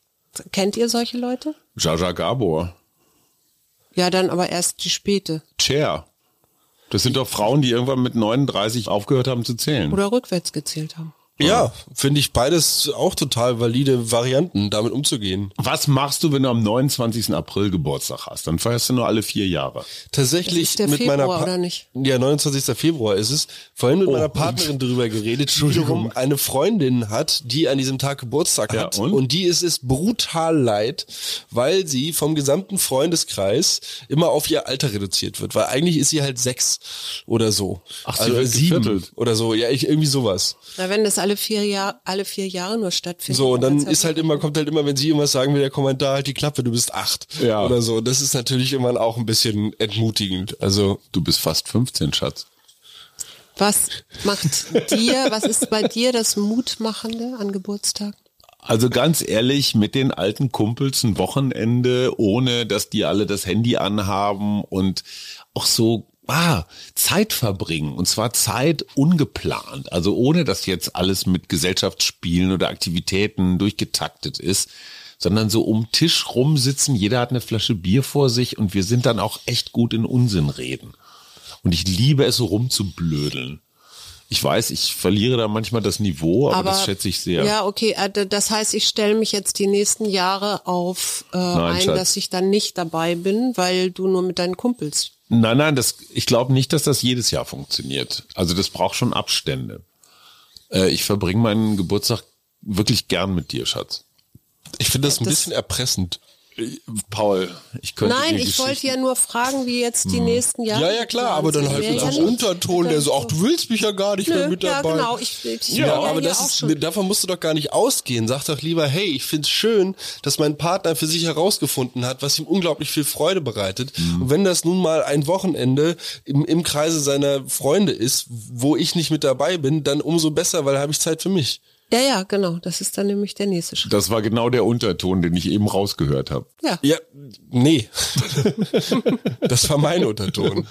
Speaker 3: Kennt ihr solche Leute?
Speaker 1: Jaja Gabor.
Speaker 3: Ja, dann aber erst die Späte.
Speaker 1: Cher. Das sind doch Frauen, die irgendwann mit 39 aufgehört haben zu zählen.
Speaker 3: Oder rückwärts gezählt haben.
Speaker 2: Ja, finde ich beides auch total valide Varianten, damit umzugehen.
Speaker 1: Was machst du, wenn du am 29. April Geburtstag hast? Dann feierst du nur alle vier Jahre.
Speaker 2: Tatsächlich
Speaker 3: Das ist der
Speaker 2: mit
Speaker 3: Februar,
Speaker 2: meiner Pa-
Speaker 3: oder nicht?
Speaker 2: Ja, 29. Februar ist es. Vorhin
Speaker 1: Oh,
Speaker 2: mit meiner Partnerin drüber geredet, die wiederum eine Freundin hat, die an diesem Tag Geburtstag
Speaker 1: Ja,
Speaker 2: hat
Speaker 1: und?
Speaker 2: die ist es brutal leid, weil sie vom gesamten Freundeskreis immer auf ihr Alter reduziert wird, weil eigentlich ist sie halt sechs oder so. Also
Speaker 1: Ach, sie wird geviertelt.
Speaker 2: oder so, ja, ich, irgendwie sowas.
Speaker 3: Na, wenn das alle vier Jahre, alle vier Jahre nur stattfindet.
Speaker 2: So, und dann
Speaker 3: kann's ja
Speaker 2: ist halt immer, kommt halt immer, wenn sie irgendwas sagen will, der Kommentar halt die Klappe, du bist acht.
Speaker 1: Ja.
Speaker 2: Oder so. Das ist natürlich immer auch ein bisschen entmutigend. Also,
Speaker 1: Du bist fast 15, Schatz.
Speaker 3: Was
Speaker 2: (laughs)
Speaker 3: macht dir, was ist bei dir das Mutmachende an Geburtstag?
Speaker 1: Also ganz ehrlich, mit den alten Kumpels ein Wochenende, ohne dass die alle das Handy anhaben und auch so ah, Zeit verbringen. Und zwar Zeit ungeplant. Also ohne, dass jetzt alles mit Gesellschaftsspielen oder Aktivitäten durchgetaktet ist, sondern so um Tisch rumsitzen. Jeder hat eine Flasche Bier vor sich und wir sind dann auch echt gut in Unsinn reden. Und ich liebe es, so rumzublödeln. Ich weiß, ich verliere da manchmal das Niveau, aber, das schätze ich sehr.
Speaker 3: Ja, okay. äh, d- Das heißt, ich stelle mich jetzt die nächsten Jahre auf äh, ein,
Speaker 1: Schatz.
Speaker 3: dass ich dann nicht dabei bin, weil du nur mit deinen Kumpels.
Speaker 1: Nein, nein, das, ich glaube nicht, dass das jedes Jahr funktioniert. Also das braucht schon Abstände. Äh, ich verbringe meinen Geburtstag wirklich gern mit dir, Schatz.
Speaker 2: ich finde das ein
Speaker 3: Das-
Speaker 2: bisschen erpressend.
Speaker 1: Paul, ich könnte
Speaker 3: Nein,
Speaker 1: dir
Speaker 3: ich wollte
Speaker 1: Geschichten-
Speaker 3: ja nur fragen, wie jetzt
Speaker 1: Hm.
Speaker 3: die nächsten Jahre.
Speaker 2: Ja, ja, klar, aber dann halt
Speaker 3: Wäre
Speaker 2: mit so
Speaker 3: ja
Speaker 2: einem
Speaker 3: nicht.
Speaker 2: Unterton, der so, ach, du willst mich ja gar nicht mehr
Speaker 3: Nö,
Speaker 2: mit
Speaker 3: ja,
Speaker 2: dabei.
Speaker 3: genau. Ich, ich
Speaker 2: Ja,
Speaker 3: bin ja
Speaker 2: aber
Speaker 3: hier
Speaker 2: das
Speaker 3: auch
Speaker 2: ist,
Speaker 3: schon.
Speaker 2: davon musst du doch gar nicht ausgehen. Sag doch lieber, hey, ich find's schön, dass mein Partner für sich herausgefunden hat, was ihm unglaublich viel Freude bereitet. Und wenn das nun mal ein Wochenende im, im Kreise seiner Freunde ist, wo ich nicht mit dabei bin, dann umso besser, weil habe ich Zeit für mich.
Speaker 3: Ja, ja, genau. Das ist dann nämlich der nächste Schritt.
Speaker 1: Das war genau der Unterton, den ich eben rausgehört habe.
Speaker 3: Ja.
Speaker 2: Ja, nee. (laughs) das war mein Unterton.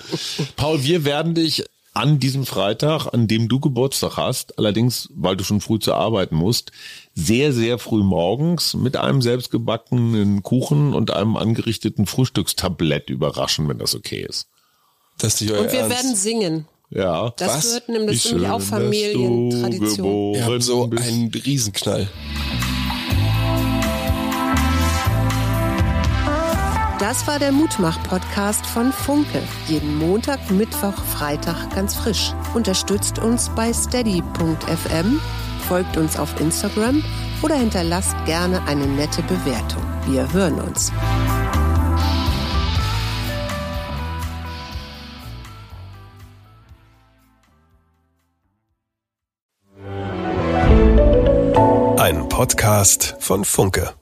Speaker 1: Paul, wir werden dich an diesem Freitag, an dem du Geburtstag hast, allerdings, weil du schon früh zur Arbeit musst, sehr, sehr früh morgens mit einem selbstgebackenen Kuchen und einem angerichteten Frühstückstablett überraschen, wenn das okay ist.
Speaker 2: Das ist nicht euer
Speaker 3: Und wir
Speaker 2: Ernst.
Speaker 3: werden singen.
Speaker 1: Ja.
Speaker 3: Das
Speaker 2: Was?
Speaker 3: wird nämlich, das ist
Speaker 1: Wie
Speaker 3: nämlich
Speaker 1: schön,
Speaker 3: auch
Speaker 1: dass du
Speaker 3: Familientradition.
Speaker 1: geboren
Speaker 2: Ihr habt so
Speaker 1: bist.
Speaker 2: einen Riesenknall.
Speaker 3: Das war der Mutmach-Podcast von Funke. Jeden Montag, Mittwoch, Freitag ganz frisch. Unterstützt uns bei steady.fm, folgt uns auf Instagram oder hinterlasst gerne eine nette Bewertung. Wir hören uns.
Speaker 4: Ein Podcast von Funke.